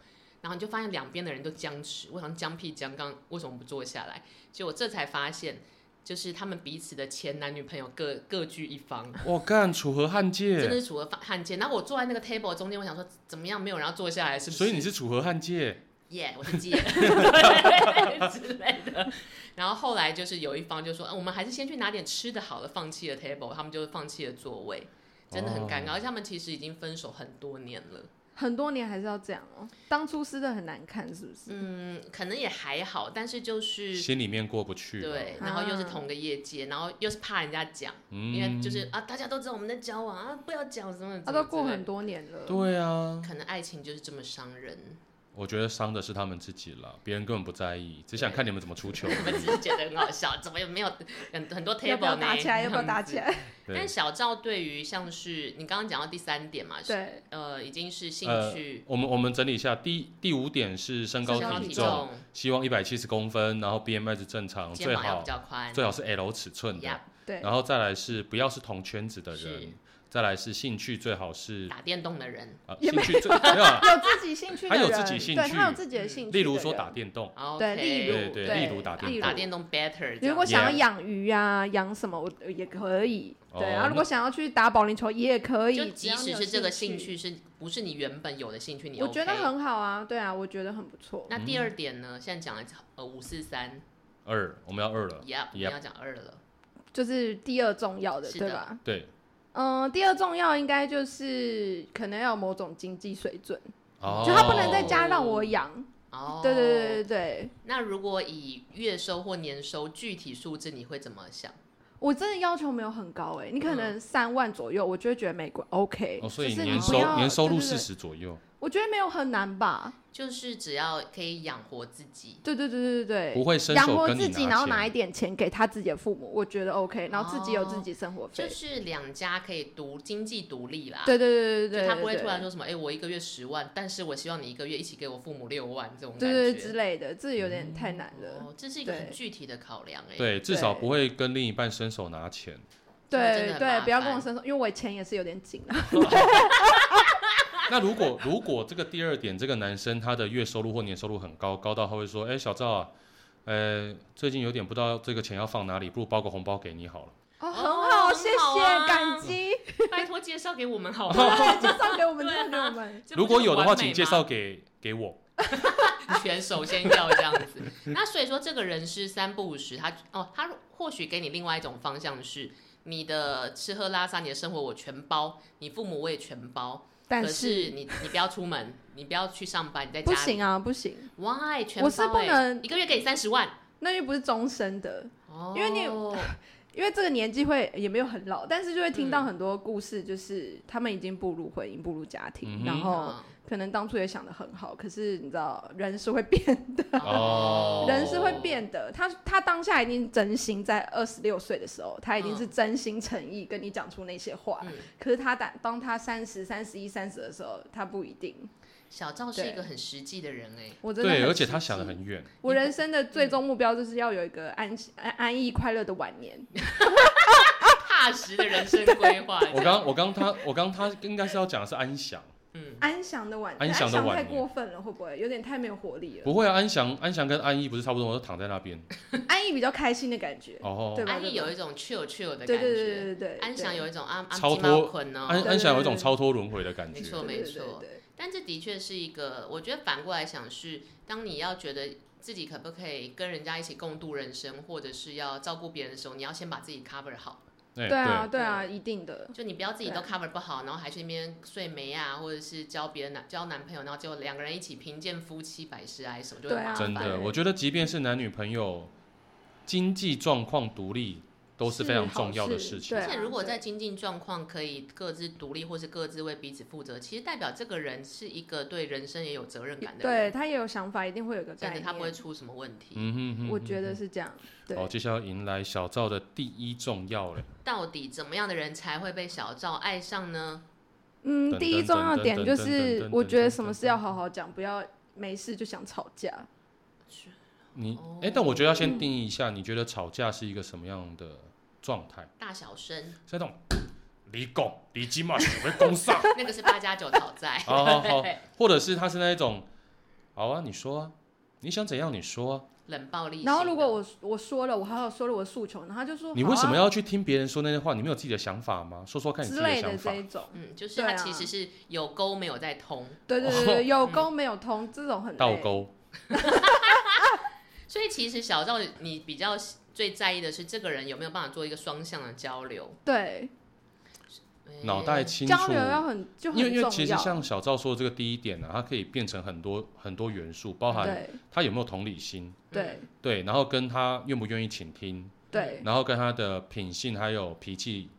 A: 然后你就发现两边的人都僵持，我想僵屁僵刚，为什么不坐下来？结果这才发现，就是他们彼此的前男女朋友各各居一方。
B: 我干楚河汉
A: 真的
B: 界，
A: 是除了汉奸，然后我坐在那个 table 中间，我想说怎么样没有人要坐下来，是不是？
B: 所以你是楚河汉界，
A: 耶我是鸡对之类的。然后后来就是有一方就说，嗯，我们还是先去拿点吃的好了，放弃了 table，他们就放弃了座位，真的很尴尬。而且他们其实已经分手很多年了，
C: 很多年还是要这样哦、当初撕的很难看，是不是？
A: 嗯，可能也还好，但是就是。哦
B: 心里面过不去。
A: 对，，然后又是
C: 啊
A: 同个业界，然后又是怕人家讲，
B: 嗯
A: 因为就是啊，大家都知道我们在交往啊，不要讲什么，
C: 他、
A: 怎么
C: 都过
A: 之类
C: 很多年了，
B: 对啊，
A: 可能爱情就是这么伤人。
B: 我觉得伤的是他们自己了，别人根本不在意，只想看你们怎么出糗。
A: 我们只是哦觉得很好笑，怎么也没有很很多 table
C: 要不要打
A: 呢
C: 起来？要不要
A: 这样
C: 打
A: 子
C: 起 来？
B: 对
A: 但，小赵 对于像是你刚刚讲到第三点嘛，，
C: 对，
A: 呃，已经是兴
B: 呃
A: 趣、
B: 我们我们整理一下，第第五点是身高
A: 身高
B: 体
A: 体
B: 重，希望一百七十公分，然后 BMI 是正常，
A: 肩
B: 最
A: 膀要
B: 好
A: 比较宽，
B: 最好是 L 尺寸的
A: Yup，，
C: 对，
B: 然后再来是不要是同圈子的
A: 是
B: 人，再来是兴趣最好是
A: 打电动的人，
B: 啊、呃、
C: 也
B: 兴
C: 没
B: 趣 最没有啊，
C: 有自己兴趣的
B: 还
C: 人，
B: 有自己兴
C: 对
B: 趣
C: 他有自己的兴趣的
B: 例
C: 人，
B: 如说打电动，
A: 哦 OK，
C: 对
B: 对
C: 例如
B: 对，
C: 对
B: 例如打
A: 打
B: 电
A: 打
B: 动，
A: 电动 better，这
C: 你如
A: 样
C: 果想要
B: Yeah
C: 养鱼啊，养什么我也可以，
B: 哦
C: 对。然后
B: 那
C: 如果想要去打保龄球也可以，
A: 就
C: 只
A: 即
C: 要你
A: 使
C: 有
A: 是这个兴
C: 兴
A: 趣，是不是你原本有的兴趣，你 OK,
C: 我觉得。很好啊，对啊，我觉得很不错。
A: 那第
B: 嗯
A: 二点呢？现在讲了呃五四三
B: 二，我们要二了，
A: ，Yep，你
B: Yup
A: 要讲二了，
C: 就是第二重要的，
A: 是
C: 对
A: 的
C: 吧？
B: 对，
C: 嗯，第二重要应该就是可能要有某种经济水准，
B: 哦，
C: 就他不能在家让我养。
A: 哦，
C: 对对对对对，
A: 那如果以月收或年收具体数字，你会怎么想？
C: 我真的要求没有很高哎、你可
A: 嗯
C: 能三万左右，我就会觉得美国 OK、
B: 哦，所以
C: 就是
B: 年
C: 你不
B: 收
C: 要
B: 年收入
C: 对对
B: 四
C: 对
B: 十左右，
C: 我觉得没有很难吧？
A: 就是只要可以养活自己，
C: 对对对对对
B: 不
C: 对。
B: 会伸
C: 养
B: 手
C: 活
B: 跟你
C: 自己，然后拿一
B: 钱，
C: 点钱给他自己的父母，我觉得 OK，然后自己有
A: 哦
C: 自己生活费。
A: 就是两家可以独经济独立啦。
C: 对对对对
A: 啊就
C: 对，
A: 他不会突然说
C: 说
A: 什么，哎、我一个月十万，但是我希望你一个月一起给我父母六万这种感
C: 对
A: 觉，
C: 对对之类的，这有点太难了。
A: 哦，这是一个很
C: 对
A: 具体的考量、哎，，
B: 对，至少
C: 对
B: 不会跟另一半伸手拿 钱。
A: 真的
C: 对
A: 很麻
C: 对，不要跟我
A: 烦
C: 伸手，因为我钱也是有点紧了。
B: 那如果如果这个第二点，这个男生他的月收入或年收入很高，高到他会说，哎、小赵啊，呃，最近有点不知道这个钱要放哪里，不如包个红包给你好了。
C: 哦，很
A: 哦
C: 好，
A: 很
C: 谢
A: 好
C: 谢，
A: 啊
C: 感激，
A: 拜托介绍给我们好吗？
C: 哦对，介绍给我们，
A: 对
C: 介
A: 啊
C: 绍给我们。
A: 这不
B: 如果
A: 是
B: 有的话，
A: 完美
B: 请介
A: 吗
B: 绍给给我。
A: 全首先要这样子。 那所以说，这个人是三不五时，他哦，他或许给你另外一种方向是，你的吃喝拉撒、你的生活我全包，你父母我也全包。
C: 但
A: 可
C: 是
A: 是你你不要出门，你不要去上班，你在家
C: 不
A: 里。
C: 行啊，不行，
A: Why？全包、欸、
C: 我是不能
A: 一个月给你三十万。
C: 那又不是终身的，
A: 哦
C: 因为你因为这个年纪会也没有很老，但是就会听
A: 嗯
C: 到很多故事，就是、他们已经步入婚姻、步入家
B: 嗯
C: 庭，
B: 哼
C: 然后
A: 嗯
C: 可能当初也想的很好，可是你知道人是会变的，
B: 哦
C: 人是会变的。他他当下一定真心，在二十六岁的时候，他一定是
B: 嗯
C: 真心诚意跟你讲出那些话，
A: 嗯
C: 可是他当当他三十、三十一、三十的时候，他不一定。
A: 小赵是
C: 对
A: 一个很实际的人哎、
C: 我真的
B: 对，
C: 很
B: 而且
C: 实
B: 他想
C: 际
B: 得很嗯远。
C: 我人生的最终目标就是要有一个安安安逸快乐的晚年。
A: 踏实的人生规划。
B: 我刚我刚他我刚他应该是要讲的是安详，
A: 嗯，
C: 安详的晚，
B: 安详的晚年
C: 太过分了，会不会有点太没有活力了？
B: 不会啊，安详安详跟安逸不是差不多，我都躺在那边。
C: 安逸比较开心的感觉，
B: 哦，
C: 对吧？
A: 安逸
C: 对吧
A: 有一种 chill chill 的感觉，
C: 对对对对对对，
A: 安详有一种啊啊
B: 超
A: 鸡毛
B: 脱
A: 捆哦，
B: 安
C: 对
B: 安详有一种
C: 对对
B: 超脱轮回的感
A: 没
B: 觉。
A: 错没错。
C: 对对对
A: 但这的确是一个，我觉得反过来想是，当你要觉得自己可不可以跟人家一起共度人生，或者是要照顾别人的时候，你要先把自己 cover 好，
B: 哎，
C: 对啊
B: 对，
C: 对啊，一定的。
A: 就你不要自己都
C: 对
A: cover 不好，然后还去那边睡没啊，或者是交别人男交男朋友，然后结果两个人一起贫贱夫妻百事哀什么，就会
C: 对啊
A: 麻
B: 真
A: 烦。
B: 的，我觉得即便是男女朋友，经济状况独立都是非常重要的事情
C: 对。啊
A: 而且如果在经济状况可以各自独立，或是各自为彼此负责，其实代表这个人是一个对人生也有责任感的
C: 对
A: 人，
C: 他也有想法，一定会有个概
A: 真的
C: 念。
A: 他不会出什么问题。
B: 嗯哼哼哼，
C: 我觉得是这样。对，
B: 好，接下来迎来小赵的第一重要了。
A: 到底怎么样的人才会被小赵爱上呢？
C: 嗯，
B: 噔
C: 第一
B: 噔
C: 重
B: 噔
C: 要
B: 噔
C: 点
B: 噔
C: 就
B: 噔
C: 是
B: 噔，
C: 我
B: 噔
C: 觉得
B: 噔
C: 什么
B: 噔
C: 事要
B: 噔
C: 好好讲，不要没事就想吵架。
B: 你
A: 哦
B: 哎，但我觉得要先定义一下，你觉得吵架是一个什么样的状态？
A: 大小声，
B: 是那种你讲，你今嘛想要讲 啥？
A: 那个是八加九讨债。
B: 好好好
A: 对
B: 或者是他是那一种，好啊，你说啊，你想怎样你说啊，
A: 冷暴力型的。
C: 然后如果我我说了，我好好说了我诉求，然后他就说
B: 你
C: 好
B: 为什
C: 啊
B: 么要去听别人说那些话？你没有自己的想法吗？说说看你自
C: 之
B: 己的
C: 类的
B: 想法
C: 这。一种？
A: 嗯，就是他
C: 对啊
A: 其实是有沟没有在通，
C: 对对对对，有沟没有通，这种很
B: 倒
C: 累
B: 钩，
A: 所以其实小赵你比较最在意的是这个人有没有办法做一个双向的交流，
C: 对，
A: 哎
B: 脑袋清楚
C: 交。流要很就很
B: 因为因为
C: 重
B: 其实
C: 要。
B: 像小赵说的这个第一点呢、啊，它可以变成很多很多元素，包含
C: 对
B: 他有没有同理心，
C: 对
B: 对，然后跟他愿不愿意倾听，
C: 对，
B: 然后跟他的品性还有脾气、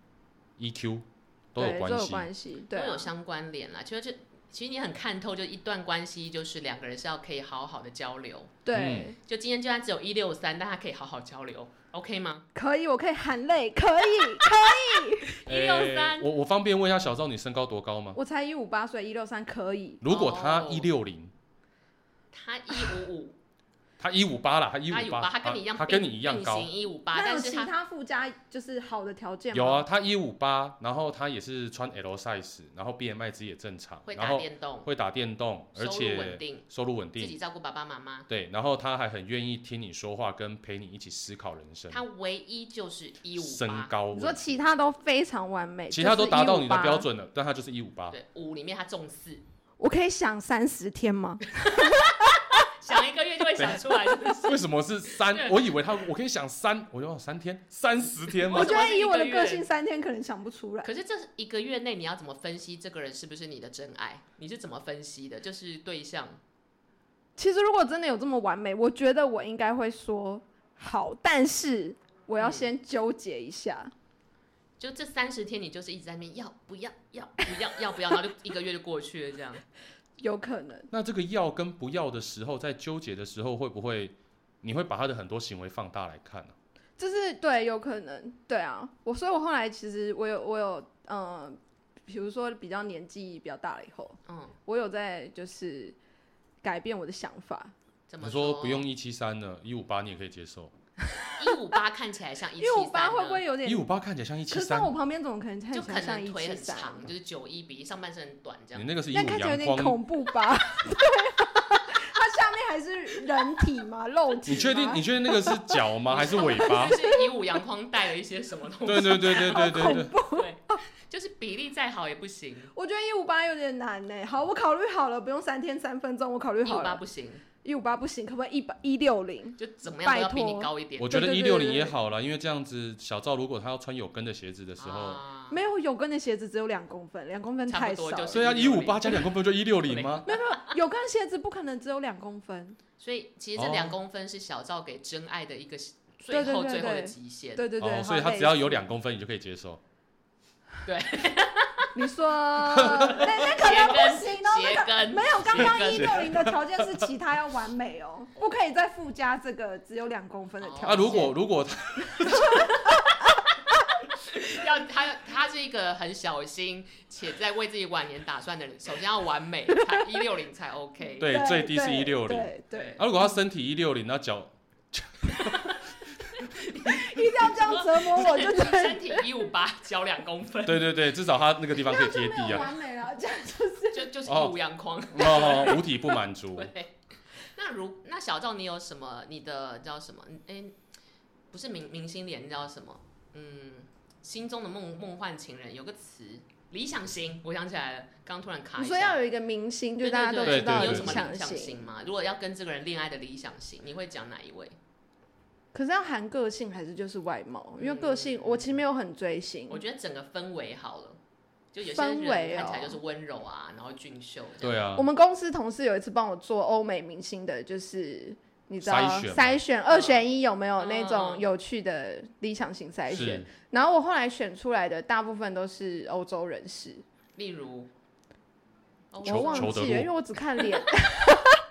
B: EQ 都有
C: 对
B: 关
C: 都有
B: 系。
C: 关系，
A: 都
C: 对啊
A: 有相关联啦。其实这其实你很看透，就一段关系就是两个人是要可以好好的交流。
C: 对，
A: 就今天就算只有一六三，但他可以好好交流，OK 吗？
C: 可以，我可以含泪，可以，可
B: 哎
A: 163
B: 我我方便问一下小赵，你身高多高吗
C: 以，？我才一五八岁，一六三可以，
B: 如果他
A: 哦
B: 一六零，
A: 他一五五，
B: 他一五八啦，他一
A: 他
B: 五
A: 有
B: 八，
A: 吧？他跟你一样并，
B: 他跟你一样高
A: 并。行一五八，
C: 那有
A: 但是
C: 其
A: 他
C: 他附加就是好的条件吗
B: 有啊，，他一五八，然后他也是穿 L size，然后 BMI 值也正常，
A: 会
B: 然
A: 打
B: 后
A: 电动，
B: 会打电动，而
A: 收入稳
B: 且
A: 定，
B: 收入稳
A: 自
B: 定，
A: 己照顾爸爸妈妈。
B: 对，然后他还很愿意听你说话，跟陪你一起思考人生。
A: 他唯一就是一五
B: 身
A: 八，
B: 高
C: 你
B: 问
C: 说
B: 题，
C: 其他都非常完美，
B: 其他都达到你的标
C: 就是158，
B: 准了，但他就是一五八。
A: 对，五里面他中四，
C: 我可以想三十 天吗？
A: 想一个月就会想出来，是不是？
B: 为什么是 三？我以为他，我可以想三，我就哦三天、三十天吗
C: 我？觉得以我
A: 我怎
C: 的
A: 么是一个
C: 个
A: 月
C: 性，三天可能想不出来。
A: 可是这一个月内你要怎么分析这个人是不是你的真爱？你是怎么分析的？就是对象，
C: 其实如果真的有这么完美，我觉得我应该会说好，但是我要先纠结一下。
A: 就这三十天你就是一直在那边要不要要不要要不要，然后就一个月就过去了这样。
C: 有可能，
B: 那这个要跟不要的时候，在纠结的时候，会不会你会把他的很多行为放大来看啊呢、
C: 就是对，有可能，对啊。我所以，我后来其实我有我有嗯、呃比如说比较年纪比较大了以后，
A: 嗯，
C: 我有在就是改变我的想法。
A: 怎么
B: 你说不用一七三了，一五八你也可以接受。
A: 一五八看起来像一
C: 因
A: 七
C: 为我爸
A: 三，
C: 会不会有点
B: 一？五八看起来像一七
C: 可是在
B: 三
C: 我，旁边怎么可能看
A: 就
C: 起
A: 可
C: 来像
A: 能
C: 一
A: 腿
C: 七
A: 很
C: 三？
A: 长，就是九一比上半身很短这
B: 你
A: 样。
B: 那个是一
C: 那
B: 五
C: 看起来有
B: 阳
C: 点
B: 光。
C: 恐怖吧？ 对啊，它下面还是人体吗？肉体吗？
B: 你确定？你确定那个是脚吗？ 还是尾巴
A: 就？是一五阳光带了一些什么东西？
B: 对对对对对对对。
A: 对，就是比例再好也不行，
C: 我觉得一五八有点难呢、好，我考虑好了，不用三天三分钟，我考虑
A: 一
C: 好
A: 五八
C: 了。
A: 不行，
C: 一五八不行，可不可以一百一六零？
A: 就怎么样都要比
C: 拜
A: 你
C: 托
A: 高一点。
B: 我觉得
C: 对
B: 一
C: 对对
B: 六
C: 对
B: 零
C: 对
B: 也好了，因为这样子小赵如果他要穿有跟的鞋子的时候，
A: 啊
C: 没有有跟的鞋子只有两公分，两公分太
A: 差
C: 少
A: 不多就
C: 了。
A: 是
B: 所以啊，一五
A: 150
B: 八加两公分不就一六零吗？
C: 有跟的鞋子不可能只有两公分。
A: 所以其实这
B: 哦
A: 两公分是小赵给真爱的一个最
C: 对对
A: 后
C: 对
A: 最后的
C: 对
A: 极限。
C: 对对对，
B: 哦，所以
C: 好
B: 他只要有，
C: 类
B: 两公分，你就可以接受。
C: 似你 说那那可能不行哦，那
A: 鞋跟
C: 个没有。刚刚一
A: 鞋
C: 六零的条件是其他要完美 哦，不可以再附加这个只有两公分的条件。
B: 啊，如果如果他
A: 要他他是一个很小心且在为自己晚年打算的人，首先要完 美，才一六零才 OK。
B: 对最低是一六零，
C: 对对，
B: 啊，如果他身体一六零，那脚
C: 一定要这样折磨哦我，就 觉得
A: 身体一五八，脚两公分，
B: 对对对，至少他那个地方可以
C: 就
B: 贴
C: 没
B: 地
C: 有
B: 啊。
C: 完美了，这样就是
A: 就就是
B: 哦
A: 五阳框。
B: 哦，五体不满 足。
A: 对，那如那小赵，你有什么你的叫什么？嗯哎、不是明明星脸，那叫什么？嗯，心中的梦梦幻情人有个词，理想型。我想起来了，刚突然卡一
C: 你
A: 下。
C: 说要有一个明星，就
A: 对
C: 大家都
A: 对
C: 知
A: 对
B: 的
C: 道
A: 你有
C: 理
A: 什么
C: 想
A: 理想
C: 型，
A: 型吗？如果要跟这个人恋爱的理想型，你会讲哪一位？
C: 可是要含个性还是就是外貌？因为
A: 嗯
C: 个性我其实没有很追星，
A: 我觉得整个氛围好了，就有些
C: 氛
A: 人
C: 围
A: 看起来
C: 哦
A: 就是温柔啊，然后俊秀这样。
B: 对啊
C: 我，们公司同事有一次帮我做欧美明星的，就是你知道
B: 筛选吗嗯
C: 筛选二选一有没有那种
A: 嗯
C: 有趣的理想型筛选
B: 是？
C: 然后我后来选出来的大部分都是欧洲人士，
A: 例如，哦
B: 裘
C: 我忘
B: 裘德
C: 记
B: 洛
C: 了，因为我只 看脸。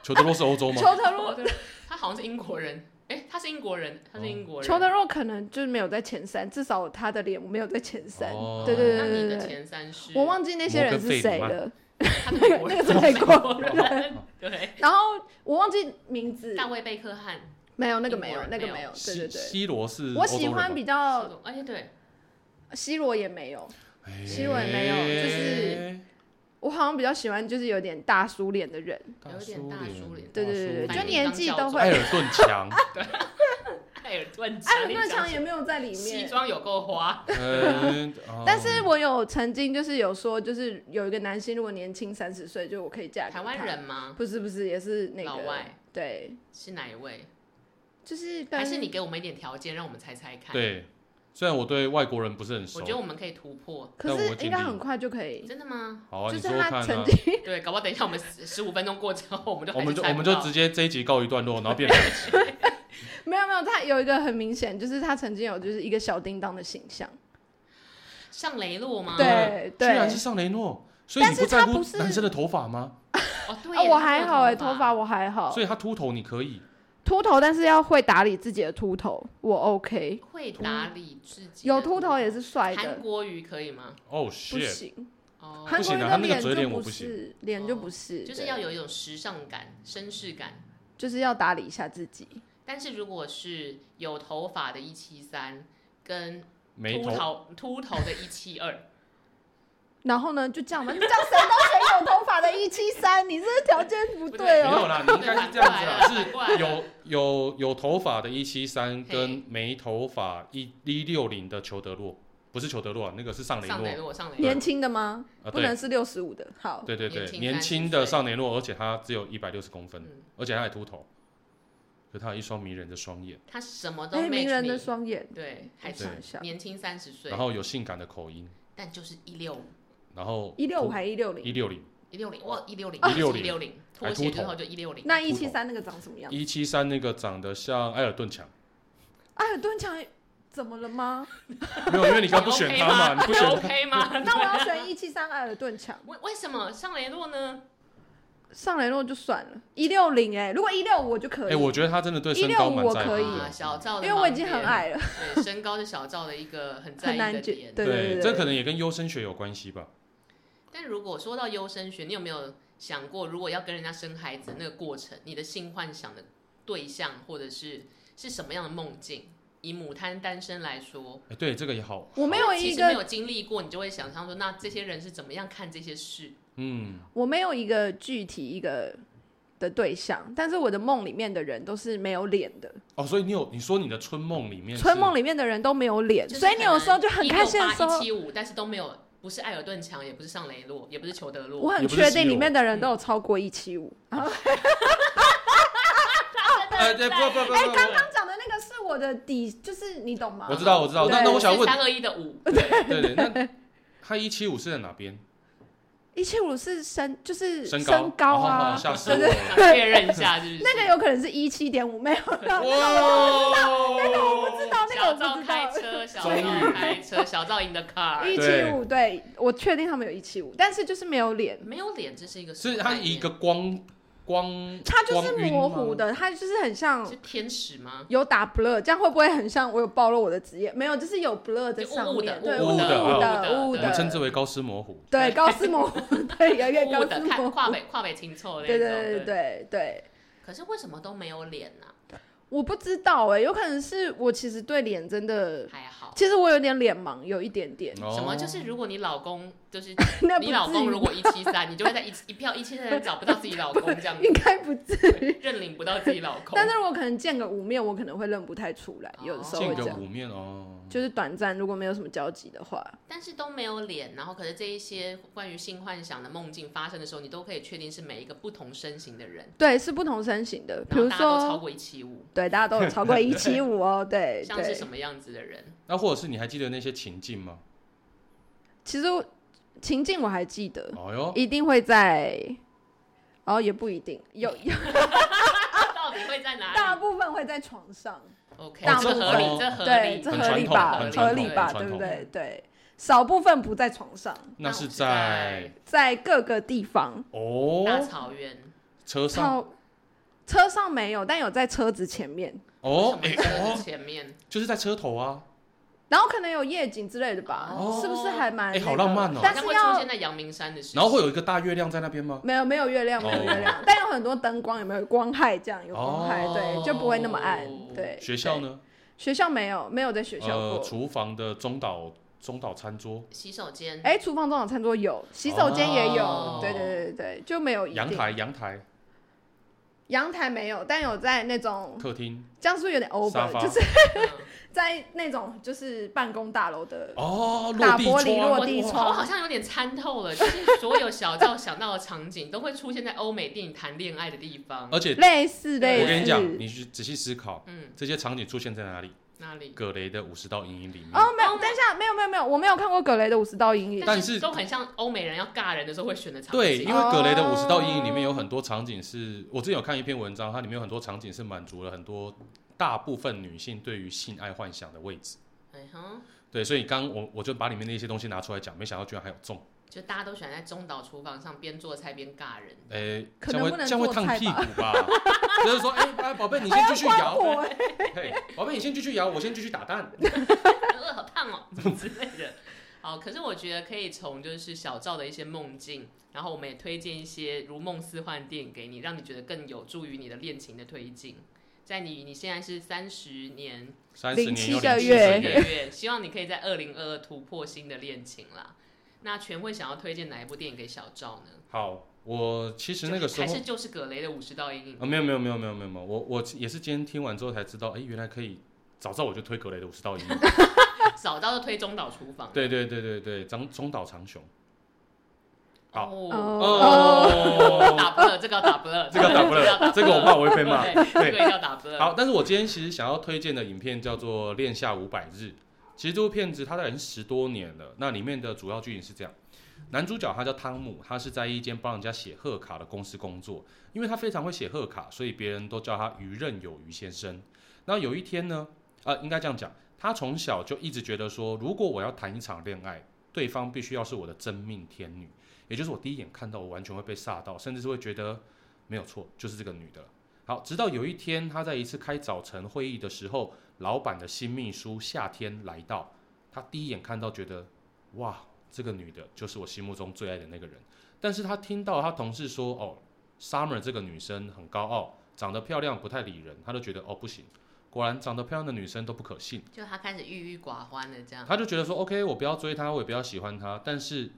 B: 裘德洛是欧洲吗？
C: 裘德
A: 我
C: 洛，
A: 对 他好像是英国人，哎、他是英国人，他是英国人。
C: 裘哦德洛可能就是没有在前三，至少他的脸没有在前三。
B: 哦
C: 对对
A: 那
C: 对
A: 你
C: 对
A: 的
C: 对对，
A: 前三是？
C: 我忘记那些人是谁
B: 摩
C: 了。
A: 他是美国人，
C: 那个是美国
A: 人。 对，
C: 然后我忘记名字，
A: 大卫贝克汉，
C: 没有那个没
A: 英
C: 有
A: 国人
C: 那个
A: 没
C: 没
A: 有
C: 有，对对
B: 西
C: 对。
B: 西罗是
C: 我
B: 欧洲
C: 喜
B: 人
C: 欢
B: 吗
C: 比较
A: 而且哎对，
C: C 罗也没有，
B: 哎
C: 西罗也没有就是我好像比较喜欢就是有点大叔脸的人，
B: 大
A: 有点
B: 叔
A: 大
B: 脸
A: 叔脸
C: 对对对
A: 大
C: 对，
A: 叔
C: 就
A: 脸
C: 年纪都
B: 艾
C: 会。啊
B: 尔顿 强，
A: 艾尔顿强，
C: 艾伦顿强也没有在里
A: 西
C: 面，
A: 装有够花，
B: 嗯，哦
C: 但是我有曾经就是有说，就是有一个男星如果年轻三十岁，就我可以嫁给
A: 台湾
C: 他
A: 人，吗？
C: 不是不是，也是那个
A: 老外
C: 对，
A: 是哪一位？
C: 就是跟
A: 还是你给我们一点条件，让我们猜猜看？，
B: 对，虽然我对外国人不是很熟
A: 我觉，得我们可以突破。
C: 可
B: 但我
C: 是
B: 会尽
C: 应该
B: 力
C: 很快就可以，
A: 真的吗？
B: 好啊，
C: 就
B: 你
C: 是
B: 说说
C: 他
B: 看
C: 曾
B: 啊，
C: 经
A: 对，搞不好等一下我们十五分钟过之后，我们就
B: 我们
A: 就
B: 就我们就直接这一集告一段落，然后变成
C: 没有没有，他有一个很明显，就是他曾经有就是一个小叮当的形象，
A: 上雷洛吗？
C: 对
B: 居
C: 对。
B: 然是上雷诺，所以你
C: 但是
B: 在
C: 他
B: 乎
C: 不是
B: 男生的头发吗？
A: 哦对
C: 啊，
A: 耶，
C: 我
A: 他
C: 还
A: 有
C: 好哎，头发我还好
B: 所，以他秃头你可以，
C: 秃头，但是要会打理自己的秃头，我 OK。
A: 会打理自己，
C: 有秃头也。是帅
A: 韩
C: 的，
A: 国瑜可以吗？
B: 哦
C: 不
B: shit，
C: 行，
A: 哦，
C: 韩国
B: 不行
C: 人
B: 啊
C: 的
B: 他那个嘴
C: 就
B: 脸我
C: 不
B: 不行
C: 是，脸就不是，
A: 就是
C: 对
A: 要有一种时尚感、绅士感。
C: 就是要打理一下自己。
A: 但是如果是有头发的一七三，跟
B: 没
A: 秃
B: 头，
A: 头秃头的一七二，
C: 然后呢，就这样嘛，你叫谁当谁有头发的一七三，你这个 条件
B: 没
C: 不对
A: 不对
C: 哦。
B: 有啦，你应该是这样子啦，
A: 反
B: 是
A: 过
C: 啊
A: 来了
B: 有有有头发的一七三
A: 嘿
B: 跟没头发一一六零的裘德洛，不是裘德洛啊，那个是上雷
A: 上雷
B: 诺
A: 洛上雷洛
C: 年轻的吗？
B: 啊，
C: 不
B: 对
C: 能是六十五的。好，
B: 对对对，
A: 年轻
B: 年轻
A: 30
B: 的
A: 岁
B: 上雷诺，而且他只有一百六十公分
A: 嗯，
B: 而且他还秃头，可他有一双迷人的双眼，
A: 他什么都
C: 哎，
A: 没
C: 名人的双眼，
A: 对，还
B: 对
A: 是
C: 想一下，
A: 年轻三十岁
B: 然，后有性感的口音，
A: 但就是一六
B: 然后
C: 一六五还一六零，
B: 一六零
A: 一六零，哇，一六零，
B: 160
A: 一六零，
B: 还
A: 脱
B: 秃
A: 鞋之
B: 头
A: 后就一六零，
C: 那一七三那个长什么样？
B: 一七三那个长得像埃尔顿强，
C: 哎，蹲墙怎么 了吗？
B: 没有，因为你刚不选他嘛，你不选他，哎
A: OK 吗？
C: 那我要选一七三艾哎尔顿墙，
A: 为为什么上雷洛呢？
C: 上雷诺就算了，一六零哎，如果一六五我就可以，
B: 哎，我觉得他真的对身高蛮在乎
C: 可以165
A: 啊
B: 的，
A: 小赵的盲
C: 因
A: 点，
C: 为我已经很矮了，
A: 对，身高是小赵的一个很在
C: 很
A: 意
C: 难
A: 的
C: 决
A: 点。
C: 对对对对
B: 这可能也跟优生学有关系吧，
A: 但如果说到优生学，你有没有想过，如果要跟人家生孩子那个过程，你的性幻想的对象或者是是什么样的梦境？以母胎单身来说，
B: 哎，对，这个也好，
C: 我没有
A: 其
C: 一
A: 实没
C: 个，
A: 有经历过，你就会想象说，那这些人是怎么样看这些事？
B: 嗯，
C: 我没有一个具体一个的对象，但是我的梦里面的人都是没有脸的，
B: 哦，所以你有你说你的春梦里面是，哦
C: 春梦里面的人都没有脸，所以你有时候就很开心的时
A: 一
C: 候，
A: 七五，但是都没有，不是艾尔顿强，也不是上雷洛，也不是裘德洛，
C: 我很
B: 也不是
C: 确
B: 稀
C: 定
B: 有
C: 里面的人都有超过一七五。
B: 哎，对，不不不
C: 哎，
B: 不
C: 刚
B: 不，
C: 刚讲的那个是我的底，就是你懂吗？
B: 我知道我知道，
C: 对
B: 那那我想问，
A: 三二一的 五，对，
B: 对对，那他一七五是在哪边？
C: 一七五是身，就是
B: 身高
C: 身高
B: 哦
C: 啊，
B: 吓死
C: 对
B: 我
C: 对
B: 了
A: 想确认一下，是不是？
C: 那个有可能是一七点五，没有
B: 哇，
C: 到
B: 我不知
C: 到那个
A: 小
C: 我不
A: 赵
C: 知
A: 开
C: 道。
A: 车，小
B: 终
A: 赵
B: 于
A: 开车，小赵赢的 car，
C: 一七五，对我确定他们有一七五，但是就是没有脸，
A: 没有脸，这是一个什
B: 是
A: 么
B: 它
A: 概念，
B: 一个光光，
C: 它就是
B: 光晕
C: 模
B: 吗
C: 糊。的，它就是很像
A: 是天使吗？
C: 有打 blur，这样会不会很像我有暴露我的职业？没有，就是有 blur 在
A: 就
C: 上
A: 雾的
C: 面，对，
B: 雾
C: 雾
B: 的雾
A: 的
C: 雾
B: 我
A: 对
B: 们哦称之
C: 的，
B: 为高斯模糊。
C: 对，高 斯模糊，对，有一个
A: 雾
C: 高斯
A: 的，
C: 模
A: 看跨
C: 糊，
A: 北跨北清错的那
C: 对
A: 种，
C: 对对对对。
A: 可是为什么都没有脸呢、啊
C: 我不知道哎、有可能是我其实对脸真的，
A: 还好，
C: 其实我有点脸盲，有一点 点，
B: 哦
A: 什么就是如果你老公就是
C: 那不
A: 你老
C: 至
A: 公
C: 于
A: 如果一七三，你就会在一一票一七三人找不到自己老公这样子，
C: 应该不至于。
A: 认领不到自己老公。
C: 但是我可能见个五面，我可能会认不太出来，有的时候
B: 间
C: 会
B: 隔
C: 这样，
B: 五面哦，
C: 就是短暂，如果没有什么交集的话，
A: 但是都没有脸，然后可是这一些关于性幻想的梦境发生的时候，你都可以确定是每一个不同身形的人，
C: 对，是不同身形的，
A: 然
C: 比
A: 后
C: 如
A: 大家都超
C: 说，
A: 过一七五，
C: 对，大家都有 超过一七五哦，对
A: 像是
C: 对
A: 什。么样子的人？
B: 那或者是你还记得那些情境吗？
C: 其实我情境我还记得，
B: 哦哟，
C: 呃一定会在，然后也不一定，有有
B: 嗯
A: 到底会在哪
C: 大
A: 里
C: 部分会在床上。
A: ？OK，
C: 大
A: 这
C: 部
A: 合理，
B: 分
A: 这合
C: 对，
A: 理，
C: 这
B: 很
C: 合
B: 传
C: 理
B: 统
C: 吧
B: 很？
C: 合
B: 传
C: 理
B: 统
C: 吧？
B: 很传
C: 对不
B: 统
C: 对？对，少部分不在床上，
B: 那
A: 我
B: 是
A: 是
B: 在
C: 在各个地方。
A: 大
B: 哦
A: 草原，
B: 车上
C: 超车上没有，但有在车子前面，
B: 哦
A: 为
B: 哎
A: 什么车
B: 哦，
A: 子前面，
B: 就是在车头啊，
C: 然后可能有夜景之类的吧？
A: 哦
C: 是不是还蛮、
B: 哎好浪漫哦
A: 好
C: 但
A: 像
C: 是
A: 会出
C: 要
A: 现在阳明山的时候，
B: 然后会有一个大月亮在那边吗？
C: 没有没有月亮，
B: 哦
C: 没有月亮，但有很多灯光，有没有光害这样？有光害，对，就不会那么暗
A: 哦。
C: 对，
B: 学校
C: 对？
B: 呢？
C: 学校没有，没有在学校
B: 呃，
C: 过。
B: 厨房的中岛中岛餐桌，
A: 洗手间，
C: 哎、厨房中种餐桌有，洗手间也有，
A: 哦
C: 对对对对对，就没有一定
B: 阳台阳台
C: 阳台没有，但有在那种
B: 客厅
C: 江苏有点
B: 沙
C: over，
B: 发
C: 就是
A: 嗯
C: 在那种就是办公大楼的，
B: 哦，落
C: 大
B: 地
C: 玻璃
B: 窗
C: 落地
B: 哇
C: 窗
A: 我好像有点参透了，就是所有小赵想到的场景都会出现在欧美电影谈恋爱的地方。
B: 而且
C: 类似类似。
B: 我跟你讲，你去仔细思考，
A: 嗯，
B: 这些场景出现在哪里？
A: 哪里？
B: 葛雷的五十道阴影里面。
C: 哦，没有，等一下，没有没有没有，我没有看过葛雷的五十道阴影。
B: 但
A: 是
B: 是
A: 都很像欧美人要尬人的时候会选的场景。啊
B: 对，因为葛雷的
C: 哦
B: 五十道阴影里面有很多场景是，我之前有看一篇文章，它里面有很多场景是满足了很多大部分女性对于性爱幻想的位置。
A: 哎哼，
B: 对，所以刚我我就把里面的一些东西拿出来讲，没想到居然还有中，
A: 就大家都喜欢在中岛厨房上边做菜边尬人。
B: 诶、
C: 可
B: 这样
C: 能
B: 会
C: 不能
B: 这样会
C: 做
B: 烫
C: 菜
B: 屁
C: 吧
B: 股吧？ 就是说，哎、哎，宝贝，你先继续摇，嘿，宝贝，你先继续摇，我先继续打蛋。
A: 饿好烫哦 之类的。好，可是我觉得可以从就是小赵的一些梦境，然后我们也推荐一些如梦似幻的电影给你，让你觉得更有助于你的恋情的推进。在你你现在是三十年
B: 三十年
C: 07
B: 又
C: 个
B: 零七
C: 月
A: 月
B: 个月，
A: 月，希望你可以在二零二二突破新的恋情啦。那全会想要推荐哪一部电影给小赵呢？
B: 好，我其实那个时
A: 还
B: 候
A: 是就是葛雷的《五十道阴影
B: 啊，》没有没有没有没有没有没有，我我也是今天听完之后才知道，哎，原来可以，早知道我就推格雷的五十道阴影。
A: 早到就推中岛厨房。
B: 对对对对对，张中岛长雄，好
A: 哦，
B: 哦
A: 打不了，这个要打不了，
B: 这个打 不了，这个我怕我会被骂。
A: 对这
B: 对
A: 个一定要打不了。
B: 好，但是我今天其实想要推荐的影片叫做《恋下五百日》，其实这部片子它大概已经十多年了。那里面的主要剧情是这样：男主角他叫汤姆，他是在一间帮人家写贺卡的公司工作，因为他非常会写贺卡，所以别人都叫他余任有余先生。那有一天呢，呃，应该这样讲，他从小就一直觉得说，如果我要谈一场恋爱，对方必须要是我的真命天女，也就是我第一眼看到，我完全会被吓到，甚至是会觉得没有错，就是这个女的了。好，直到有一天，他在一次开早晨会议的时候，老板的新秘书夏天来到，他第一眼看到觉得，哇，这个女的就是我心目中最爱的那个人。但是他听到他同事说，哦，Summer 这个女生很高傲，长得漂亮，不太理人，他就觉得哦不行，果然长得漂亮的女生都不可信。
A: 就他开始郁郁寡欢了这样。
B: 他就觉得说，OK，我不要追她，我也不要喜欢她。但是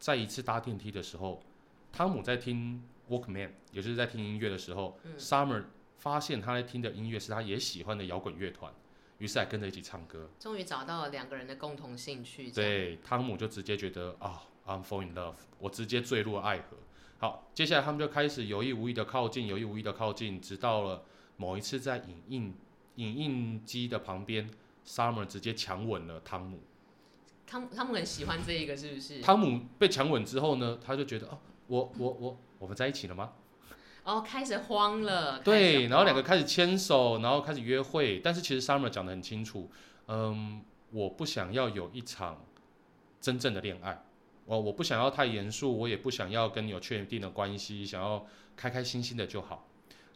B: 在一次搭电梯的时候，汤姆在听 Walkman，也就是在听音乐的时候、
A: 嗯
B: s u m m e r 发现他在听的音乐是他也喜欢的摇滚乐团，于是还跟着一起唱歌。
A: 终于找到了两个人的共同兴趣，这样，
B: 对，汤姆就直接觉得啊、i m fall in love，我直接坠入了爱河。好，接下来他们就开始有意无意的靠近，有意无意的靠近，直到了某一次在影印影印机的旁边，Summer 直接强吻了汤姆。
A: 汤姆汤姆很喜欢这一个，是不是？
B: 汤姆被强吻之后呢，他就觉得哦，我我我我们在一起了吗？
A: 哦，开始慌了。开始
B: 对，
A: 慌
B: 然后两个开始牵手，然后开始约会。但是其实 Summer 讲的很清楚，嗯，我不想要有一场真正的恋爱，我我不想要太严肃，我也不想要跟你有确定的关系，想要开开心心的就好。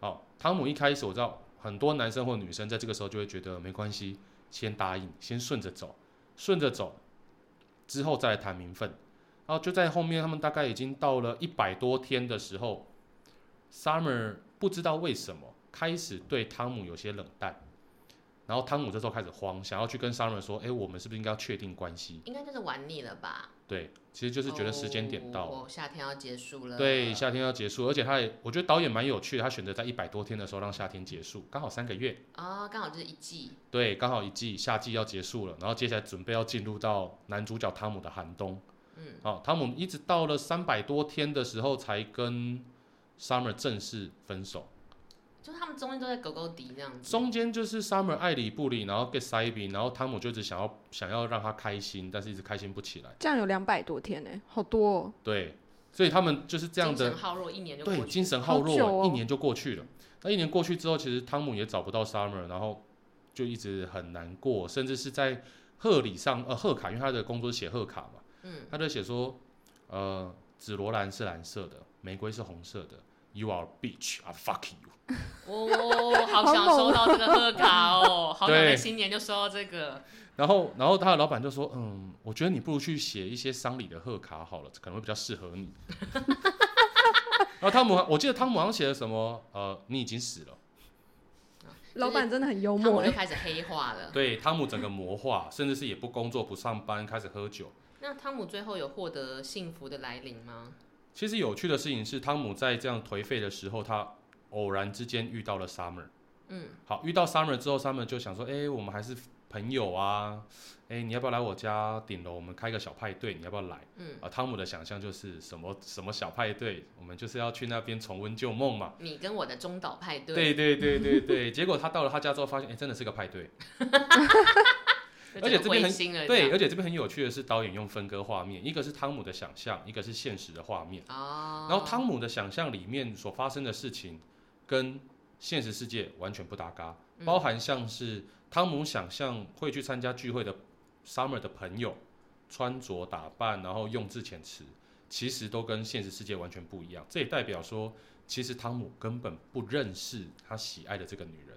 B: 好，汤姆一开始我知道很多男生或女生在这个时候就会觉得没关系，先答应，先顺着走，顺着走之后再来谈名分。然后就在后面，他们大概已经到了一百多天的时候，Summer 不知道为什么开始对汤姆有些冷淡，然后汤姆这时候开始慌，想要去跟 Summer 说：“哎，我们是不是应该要确定关系
A: 应该就是玩腻了吧？？”
B: 对，其实就是觉得时间点到了。
A: 哦，夏天要结束了。
B: 对，夏天要结束，而且他也，我觉得导演蛮有趣的，他选择在一百多天的时候让夏天结束，刚好三个月，
A: 哦，刚好就是一季，
B: 对，刚好一季夏季要结束了，然后接下来准备要进入到男主角汤姆的寒冬，
A: 嗯，
B: 哦，汤姆一直到了三百多天的时候才跟 Summer 正式分手，
A: 就他们中间都在狗狗迪那样子。
B: 中间就是 Summer 爱理不理，然后 get s i b y 然后汤姆就一直想要想要让他开心，但是一直开心不起来，
C: 这样有两百多天呢、好多、哦。
B: 对，所以他们就是这样
A: 精
B: 的
A: 神耗弱，一年就过
B: 对，
A: 去
B: 精神耗弱，
C: 好久哦
B: 一年就过去了。那一年过去之后，其实汤姆也找不到 Summer，然后就一直很难过，甚至是在贺礼上，呃，贺卡，因为他的工作是写贺卡嘛，
A: 嗯，
B: 他就写说，呃，紫罗兰是蓝色的，玫瑰是红色的，You are a bitch, I fuck you。
A: 哦，好想
C: 好
A: 收
C: 猛
A: 到这个贺卡哦，好想在
B: 对
A: 新年就收到这个。
B: 然后，然后他的老板就说，嗯，我觉得你不如去写一些丧礼的贺卡好了，可能会比较适合你。 然后汤姆，我记得汤姆好像写了什么，呃，你已经死了。
C: 老板真的很幽
A: 汤姆
C: 默哎、
A: 就开始黑化了。
B: 对，汤姆整个魔化，甚至是也不工作、不上班，开始喝酒。
A: 那汤姆最后有获得幸福的来临吗？
B: 其实有趣的事情是，汤姆在这样颓废的时候，他偶然之间遇到了 Summer。
A: 嗯，
B: 好，遇到 Summer 之后，Summer 就想说：“哎、我们还是朋友啊，哎、你要不要来我家顶楼？我们开个小派对，你要不要来？”
A: 嗯，
B: 啊，汤姆的想象就是什么什么小派对，我们就是要去那边重温旧梦嘛。
A: 你跟我的中岛派对，
B: 对对对对对，结果他到了他家之后，发现哎、真的是个派对。
A: 就
B: 而且这边
A: 灰
B: 很
A: 心了这
B: 对，啊
A: 样，
B: 而且这边很有趣的是，导演用分割画面，一个是汤姆的想象，一个是现实的画面。
A: 哦，
B: 然后汤姆的想象里面所发生的事情，跟现实世界完全不搭嘎，
A: 嗯
B: 包含像是汤姆想象会去参加聚会的 Summer 的朋友穿着打扮，然后用字遣词，其实都跟现实世界完全不一样。这也代表说，其实汤姆根本不认识他喜爱的这个女人。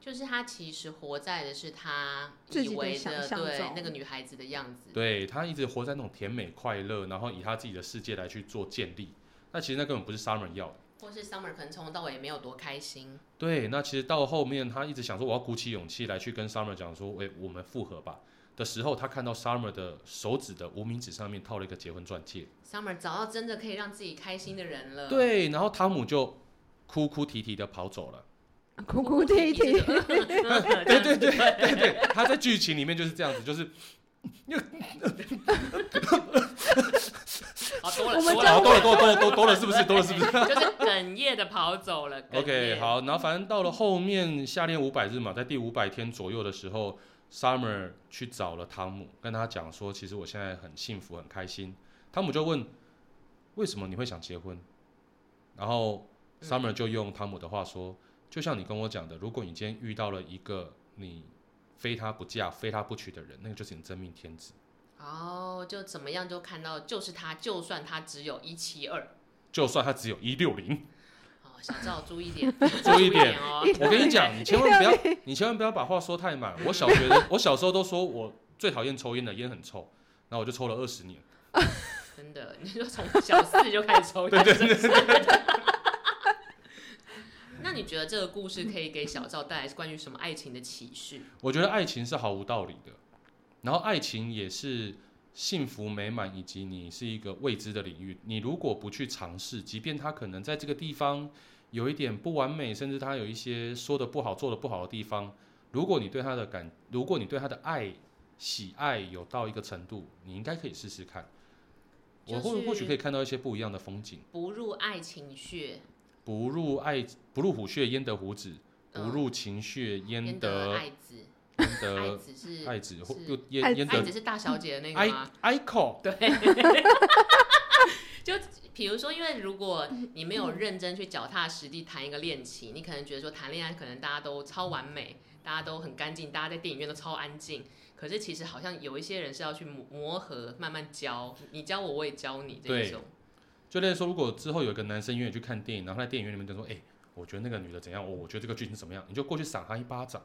A: 就是他其实活在的是他
C: 自
A: 以
C: 己的
A: 为
C: 想
A: 的
C: 象
A: 对
C: 中
A: 那个女孩子的样子，
B: 对他一直活在那种甜美快乐，然后以他自己的世界来去做建立。那其实那根本不是 Summer 要的。
A: 或是 Summer 可能从头到尾也没有多开心，
B: 对，那其实到后面他一直想说我要鼓起勇气来去跟 Summer 讲说，哎、我们复合吧。的时候，他看到 Summer 的手指的无名指上面套了一个结婚钻戒。
A: Summer 找到真的可以让自己开心的人了。，
B: 对，然后汤姆就哭哭啼啼的跑走了。
C: 哭哭啼啼。
A: 对对对，
B: 对对，他在剧情里面就是这样子，就是
A: 好哦多了，多了
B: 哦好多了
C: 我们这
B: 多了多了多了多了，是不是？多了是不是？
A: 就是哽咽的跑走了。哽
B: OK，
A: 咽，
B: 好，然后反正到了后面夏令五百日嘛，在第五百天左右的时候，Summer 去找了汤姆，跟他讲说，其实我现在很幸福，很开心。汤姆就问，为什么你会想结婚？然后
A: 嗯
B: Summer 就用汤姆的话说，就像你跟我讲的，如果你今天遇到了一个你非他不嫁、非他不娶的人，那个就是你真命天子。
A: 哦，就怎么样就看到就是他，就算他只有一七二，
B: 就算他只有一六零，
A: 哦，小赵注意 点，
B: 注意点
A: 哦。
B: 我跟你讲，你千万不要，你千万不要把话说太满。我小学的，我小时候都说我最讨厌抽烟了，烟很臭，然后我就抽了二十年。
A: 真的，你就从小四就开始抽烟，对对对 那你觉得得这个故事可以给小赵带来关于什么爱情的启示？
B: 我觉得爱情是毫无道理的，然后爱情也是幸福美满以及你是一个未知的领域。你如果不去尝试，即便它可能在这个地方有一点不完美，甚至它有一些说的不好、做的不好的地方，如果你对它的感，如果你对它的爱喜爱有到一个程度，你应该可以试试看。我或
A: 就是
B: 或许可以看到一些不一样的风景，
A: 不入爱情穴，
B: 不入爱不入虎穴焉得虎子，不
A: 嗯
B: 入情穴焉
A: 焉
B: 得
A: 爱子，
B: 焉
A: 爱
B: 得
A: 子是
B: 爱子，或
A: 是
B: 又焉
C: 爱
B: 焉
A: 爱
B: 得
A: 子是大小姐的那个吗
B: 爱？爱口。
A: 就比如说，因为如果你没有认真去脚踏实地谈一个恋情，你可能觉得说谈恋爱可能大家都超完美，大家都很干净，大家在电影院都超安静。可是其实好像有一些人是要去磨磨合，慢慢教，你教我，我也教你这一
B: 对
A: 种。
B: 就类似说，如果之后有一个男生约你去看电影，然后在电影院里面就说：“哎、我觉得那个女的怎样，哦我觉得这个剧情怎么样。”你就过去赏他一巴掌。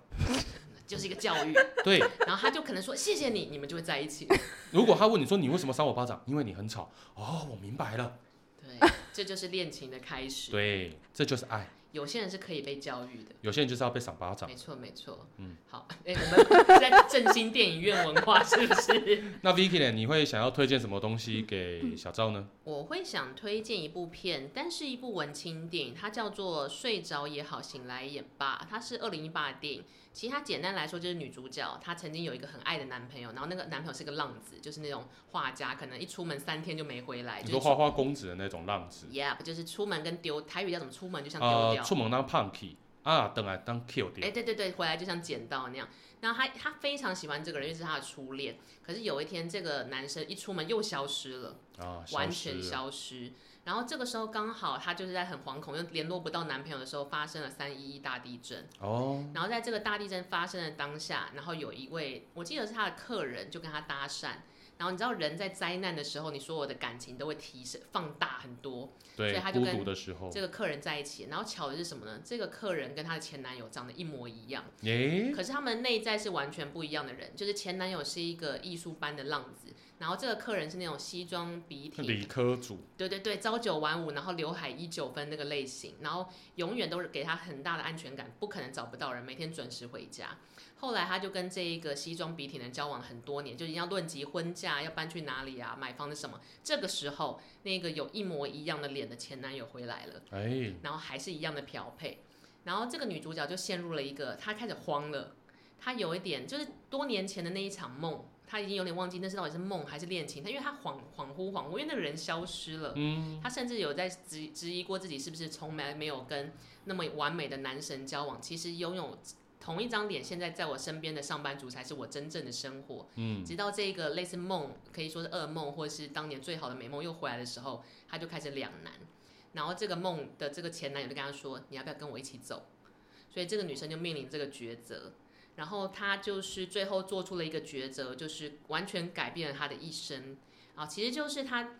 A: 就是一个教育，
B: 对，
A: 然后他就可能说谢谢你，你们就会在一起。
B: 如果他问你说：“你为什么赏我巴掌？”因为你很吵。哦，我明白了。
A: 对，这就是恋情的开始。
B: 对，这就是爱。
A: 有些人是可以被教育的，
B: 有些人就是要被赏巴掌
A: 没。错没错。嗯
B: 嗯，
A: 好，哎、我们是在振兴电影院文化，是不是？
B: 那 Vicky 呢？你会想要推荐什么东西给小赵呢？
A: 我会想推荐一部片，但是一部文青电影，它叫做《睡着也好，醒来也罢》，它是二零一八的电影。其实它简单来说就是女主角她曾经有一个很爱的男朋友，然后那个男朋友是个浪子，就是那种画家，可能一出门三天就没回来，
B: 你
A: 就
B: 说
A: 是
B: 花花公子的那种浪子，
A: yeah，就是出门跟丢台语叫什么？出门就像丢
B: 啊，
A: 掉。
B: 出门当胖 key 啊，等来当 kill
A: 哎、
B: 掉。
A: 对对对，回来就像捡到那样。然后他他非常喜欢这个人，因为是他的初恋。可是有一天，这个男生一出门又消失了。
B: 啊，
A: 完
B: 消失
A: 全
B: 了
A: 消失。然后这个时候刚好她就是在很惶恐，又联络不到男朋友的时候，发生了三一一大地震。
B: 哦，
A: 然后在这个大地震发生的当下，然后有一位我记得是她的客人就跟她搭讪。然后你知道人在灾难的时候，你所有的感情都会提升放大很多。所
B: 对
A: 以他，就
B: 孤
A: 跟
B: 独的时候，
A: 这个客人在一起，然后巧的是什么呢？这个客人跟她的前男友长得一模一样。
B: 耶，
A: 可是他们内在是完全不一样的人，就是前男友是一个艺术班的浪子，然后这个客人是那种西装笔挺、
B: 理科组，
A: 对对对，朝九晚五，然后刘海一九分那个类型，然后永远都是给他很大的安全感，不可能找不到人，每天准时回家。后来他就跟这一个西装笔挺的人交往了很多年，就已经要论及婚嫁，要搬去哪里啊，买房子什么。这个时候，那个有一模一样的脸的前男友回来了，
B: 哎，
A: 然后还是一样的漂配，然后这个女主角就陷入了一个，她开始慌了，她有一点就是多年前的那一场梦，她已经有点忘记那是到底是梦还是恋情，她因为她恍恍惚恍惚，因为那个人消失了。
B: 嗯，
A: 他甚至有在质质疑过自己是不是从来没有跟那么完美的男神交往。其实拥有同一张脸，现在在我身边的上班族才是我真正的生活。
B: 嗯，
A: 直到这个类似梦，可以说是噩梦，或是当年最好的美梦又回来的时候，他就开始两难。然后这个梦的这个前男友就跟他说：“你要不要跟我一起走？”所以这个女生就面临这个抉择。然后她就是最后做出了一个抉择，就是完全改变了她的一生。啊，其实就是她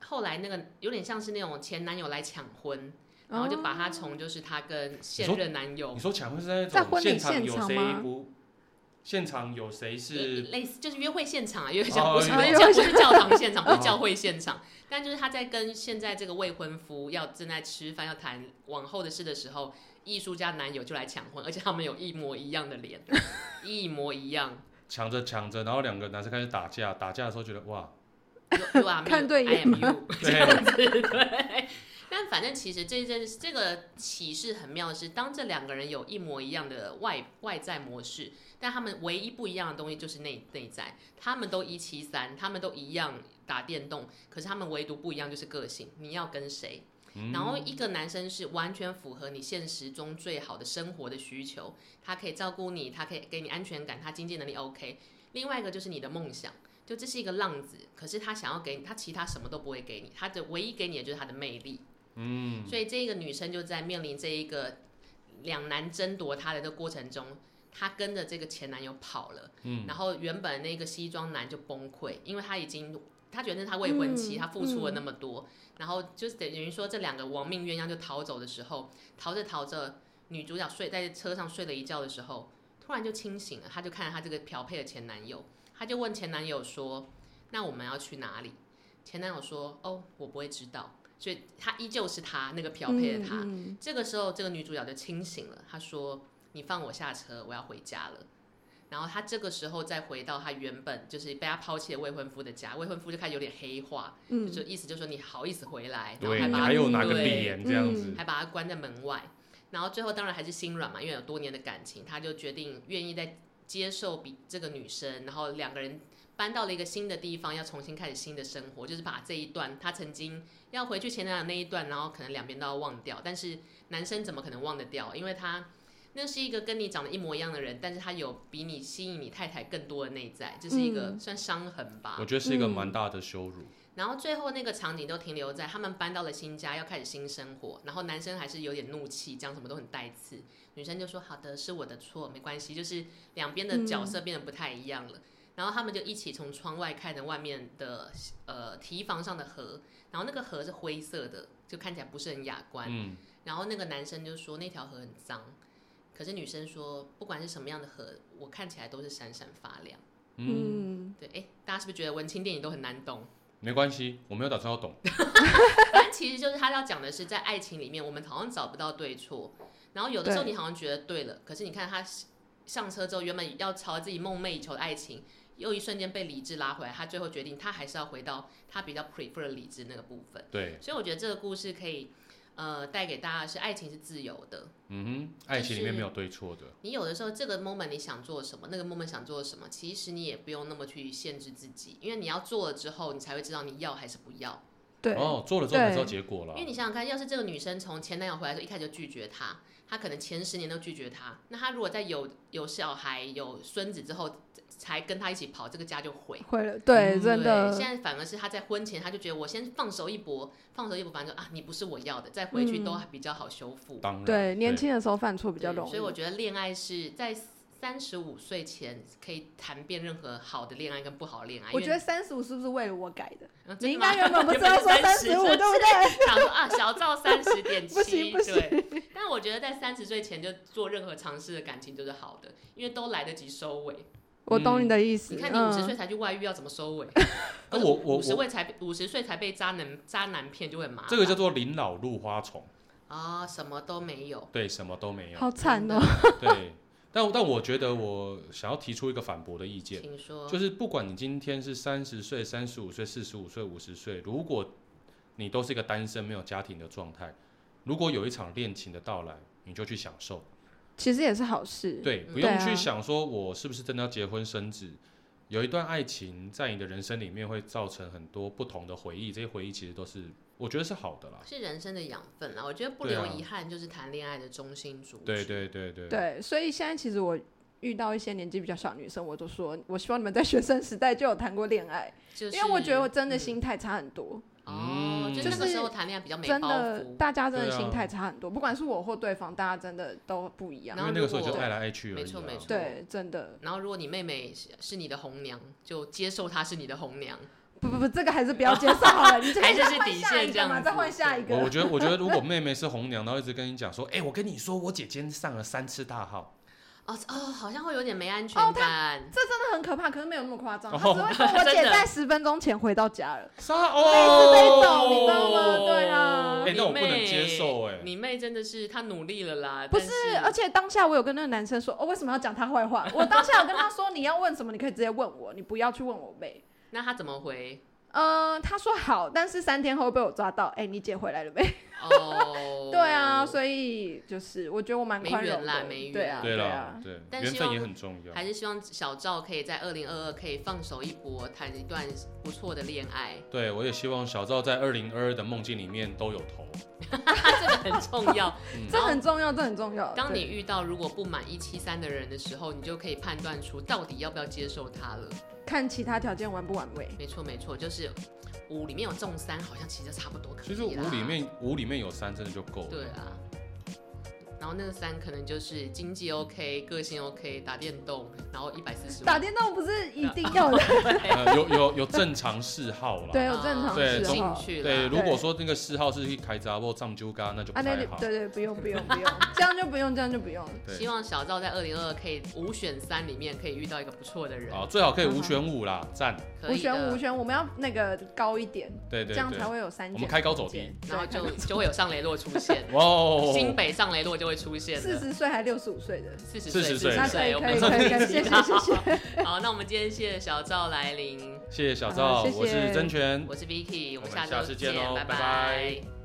A: 后来那个有点像是那种前男友来抢婚，然后就把她从就是她跟现任男友
B: 哦你说抢婚是在那
C: 在
B: 种
C: 婚礼
B: 现场有
C: 现场
B: 谁
C: 吗
B: 不？现场有谁是？
A: 类似就是约会现场啊，约会现场
B: 哦
A: 不是
B: 约
A: 不
C: 会
A: 是教不是教堂现场，不
B: 哦
A: 是教会现场，但就是他在跟现在这个未婚夫要正在吃饭要谈往后的事的时候，艺术家男友就来抢婚，而且他们有一模一样的脸， 一模一样。
B: 抢着抢着，然后两个男生开始打架，打架的时候觉得哇，
A: You- you are me,
C: 看对
A: 啊 I
C: 眼
A: am you，这
B: 对
A: 样子对。但反正其实这件这个启示很妙的是，当这两个人有一模一样的外外在模式，但他们唯一不一样的东西就是内内在，他们都一七三，他们都一样打电动，可是他们唯独不一样就是个性，你要跟谁？
B: 嗯
A: 然后一个男生是完全符合你现实中最好的生活的需求，他可以照顾你，他可以给你安全感，他经济能力 OK。另外一个就是你的梦想，就这是一个浪子，可是他想要给你，他其他什么都不会给你，他的唯一给你的就是他的魅力。
B: 嗯，
A: 所以这个女生就在面临这一个两难争夺她的这个过程中，她跟着这个前男友跑了，
B: 嗯
A: 然后原本那个西装男就崩溃，因为他已经他觉得那是他未婚妻，
C: 嗯
A: 他付出了那么多，然后就是等于说这两个亡命鸳鸯就逃走的时候，逃着逃着，女主角睡在车上睡了一觉的时候，突然就清醒了，她就看着她这个漂配的前男友，她就问前男友说：“那我们要去哪里？”前男友说：“哦，我不会知道。”所以他依旧是他那个漂配的他。
C: 嗯
A: 这个时候，这个女主角就清醒了，她说：“你放我下车，我要回家了。”然后她这个时候再回到她原本就是被她抛弃的未婚夫的家，未婚夫就开始有点黑化，
C: 嗯
A: 就意思就是说你好意思回来，然后
B: 对嗯
A: 还
B: 你
A: 把她
B: 还有哪个
A: 对
C: 嗯
B: 闭眼这样子？
A: 还把他关在门外。然后最后当然还是心软嘛，因为有多年的感情，他就决定愿意再接受比这个女生，然后两个人搬到了一个新的地方，要重新开始新的生活，就是把这一段他曾经要回去前男友那一段，然后可能两边都要忘掉。但是男生怎么可能忘得掉？因为他那是一个跟你长得一模一样的人，但是他有比你吸引你太太更多的内在，这是一个
C: 嗯
A: 算伤痕吧。
B: 我觉得是一个
C: 嗯
B: 蛮大的羞辱。
A: 然后最后那个场景都停留在他们搬到了新家，要开始新生活。然后男生还是有点怒气，讲什么都很带刺。女生就说：“好的，是我的错，没关系。”就是两边的角色变得不太一样了。然后他们就一起从窗外看着外面的呃堤防上的河，然后那个河是灰色的，就看起来不是很雅观。
B: 嗯，
A: 然后那个男生就说那条河很脏，可是女生说不管是什么样的河，我看起来都是闪闪发亮。
B: 嗯，
C: 嗯，
A: 对，哎，大家是不是觉得文青电影都很难懂？
B: 没关系，我没有打算要懂。
A: 反正其实就是他要讲的是，在爱情里面，我们好像找不到对错，然后有的时候
C: 对
A: 你好像觉得对了，可是你看他上车之后，原本要朝自己梦寐以求的爱情，又一瞬间被理智拉回来，他最后决定他还是要回到他比较 prefer 的理智那个部分。
B: 对，
A: 所以我觉得这个故事可以，呃，带给大家的是爱情是自由的，
B: 嗯哼，爱情里
A: 就
B: 面
A: 是
B: 没有对错的。
A: 你有的时候这个 moment 你想做什么，那个 moment 想做什么，其实你也不用那么去限制自己，因为你要做了之后，你才会知道你要还是不要。
C: 对，
B: 哦，做了之后才知道
C: 对
B: 结果了
A: 因为。你想想看，要是这个女生从前男友回来的时候一开始就拒绝他，她可能前十年都拒绝他，那她如果在有有小孩、有孙子之后才跟他一起跑，这个家就毁。
C: 会了，对，
B: 嗯
C: 真的
A: 对，现在反而是她在婚前，她就觉得我先放手一搏，放手一搏，反正就啊，你不是我要的，再回去都比较好修复。
B: 当然，
C: 对，年轻的时候犯错比较
A: 对
C: 容易。
A: 所以我觉得恋爱是在三十五岁前可以谈遍任何好的恋爱跟不好的恋爱。嗯
C: 我觉得三十五是不是为了我改的？
A: 得
C: 你应该原本不是 要说三十五，对不对？
A: 想说啊，小赵三十点
C: 不行
A: 七，
C: 不行
A: 对。但我觉得在三十岁前就做任何尝试的感情都是好的，因为都来得及收尾。
C: 我懂你的意思。
A: 你看你
C: 嗯
A: 五十岁才去外遇，要怎么收尾？
B: 那我我
A: 五十
B: 我
A: 岁才五十岁才被渣男渣男骗就会很麻烦。
B: 这个叫做临老入花丛，
A: 啊、什么都没有。
B: 对，什么都 没有。
C: 好惨哦。
A: 嗯
B: 对，但但我觉得我想要提出一个反驳的意见，
A: 请说，
B: 就是不管你今天是三十岁、三十五岁、四十五岁、五十岁，如果你都是一个单身没有家庭的状态，如果有一场恋情的到来，你就去享受，
C: 其实也是好事。
B: 对，
A: 嗯
B: 不
C: 对
B: 用
C: 啊
B: 去想说我是不是真的要结婚生子。有一段爱情在你的人生里面会造成很多不同的回忆，这些回忆其实都是我觉得是好的啦。
A: 是人生的养分啦。我觉得不
B: 对
A: 留
B: 啊
A: 遗憾就是谈恋爱的中心主旨。
B: 对对对对，
C: 对，所以现在其实我遇到一些年纪比较小的女生，我都说，我希望你们在学生时代就有谈过恋爱，
A: 就是
C: 因为我觉得我真的
A: 嗯
C: 心态差很多，
A: 哦，就
B: 嗯
A: 那个
C: 就是
A: 时候谈恋爱比较没
C: 真
A: 包
C: 的
A: 袱，
C: 大家真的
B: 对啊
C: 心态差很多，不管是我或对方，大家真的都不一样
A: 然后。
B: 因为那个时候
A: 如
B: 你
A: 果
B: 就爱来爱去而已、啊。
A: 没错没错
C: 对，真的
A: 然后，如果你妹妹是是你的红娘，就接受她是你的红娘。
C: 不不不，这个还是不要接受好了， 你这个
A: 还是
C: 再
A: 是
C: 换
A: 底
C: 下
A: 线
C: 一
A: 这
C: 个
A: 样
C: 嘛，
A: 子
C: 再换下一
B: 我
C: 个
B: 我。觉得，我觉得如果妹妹是红娘，然后一直跟你讲说，哎、我跟你说，我姐今天上了三次大号，
A: 哦哦，好像会有点没安全
C: 哦
A: 感。
C: 这真的很可怕，可是没有那么 夸张。
B: 哦
C: 他只会说我姐
A: 真的
C: 在十分钟前回到家了，
B: 杀
C: 类似这
B: 哦，
C: 种你知道吗对啊
B: 哎、
A: 你
B: 那我不
A: 妹
B: 能接受哎、
A: 你妹真的是她努力了啦，
C: 不
A: 但
C: 是
A: 是，呃
C: 而且当下我有跟那个男生说，哦，为什么要讲他坏话？ 我当下有跟他说，你要问什么，你可以直接问我，你不要去问我妹。
A: 那她怎么回？
C: 嗯，他说好，但是三天后被我抓到。哎、你姐回来了没？，
A: 哦
C: 对啊，所以就是我觉得我蛮
A: 没
C: 宽
A: 缘
C: 容
A: 啦
C: 的，
A: 没
C: 对
A: 缘
C: 啊，
B: 哦对啦
C: 啊，，
B: 对，
A: 但
B: 缘
A: 希
B: 分
A: 望
B: 也很重要。
A: 还是希望小赵可以在二零二二可以放手一搏，谈一段不错的恋 爱，
B: 对，我也希望小赵在二零二二的梦境里面都有头。
A: 这个很重 要。
C: 这很重要，这很重要。
A: 当你
C: 对
A: 遇到如果不满一七三的人的时候，你就可以判断出到底要不要接受他了。
C: 看其他条件完不完美，
A: 没错没错，就是五里面有中三，好像其实差不多可以
B: 其
A: 啦。
B: 实五里面五里面有三真的就够了。
A: 对啊，
C: 嗯
A: 然后那个三可能就是经济 OK、个性 OK、打电动、然后一百四十
C: 打电动不是一定要的，
B: 呃，有有有正常嗜好啦。
C: 对，有正常
B: 对
C: 嗜
B: 中
A: 啊兴
C: 好。
A: 趣
B: 对，
A: 了。
B: 如果说那个嗜好是去开闸或藏鸠嘎，那就不
C: 啊，那
B: 太
C: 就
B: 好。
C: 对对，不用不用不用， 这样就不用，这样就不用。
A: 希
B: 对，
A: 望小赵在二零二二可以五选三里面可以遇到一个不错的人，
B: 啊，最好可以
C: 嗯
B: 无选五啦，赞。
A: 可
C: 五
A: 以的
C: 选五选，我们要那个高一点，
B: 对
C: 这
B: 对
C: 样才
B: 对，
C: 会有三件。
B: 我们开高走低
C: 对
A: 然后就就会有上雷洛出现，
B: 哇 哦，
A: 新北上雷洛就会出现
C: 四
A: 了。
C: 十岁还六十五岁的，
A: 四十
B: 40
A: 岁，
B: 岁
C: 那
A: 40
C: 可以
A: 岁，我
C: 可
A: 们
C: 以可以，可以谢谢谢谢。
A: 好，那我们今天谢谢小赵来临，
B: 谢谢小
C: 好
B: 赵，
C: 谢谢
B: 我是真权。
A: 我是 Vicky，我们
B: 我们
A: 周
B: 下次见
A: 见，
B: 喽
A: 拜
B: 拜拜
A: 拜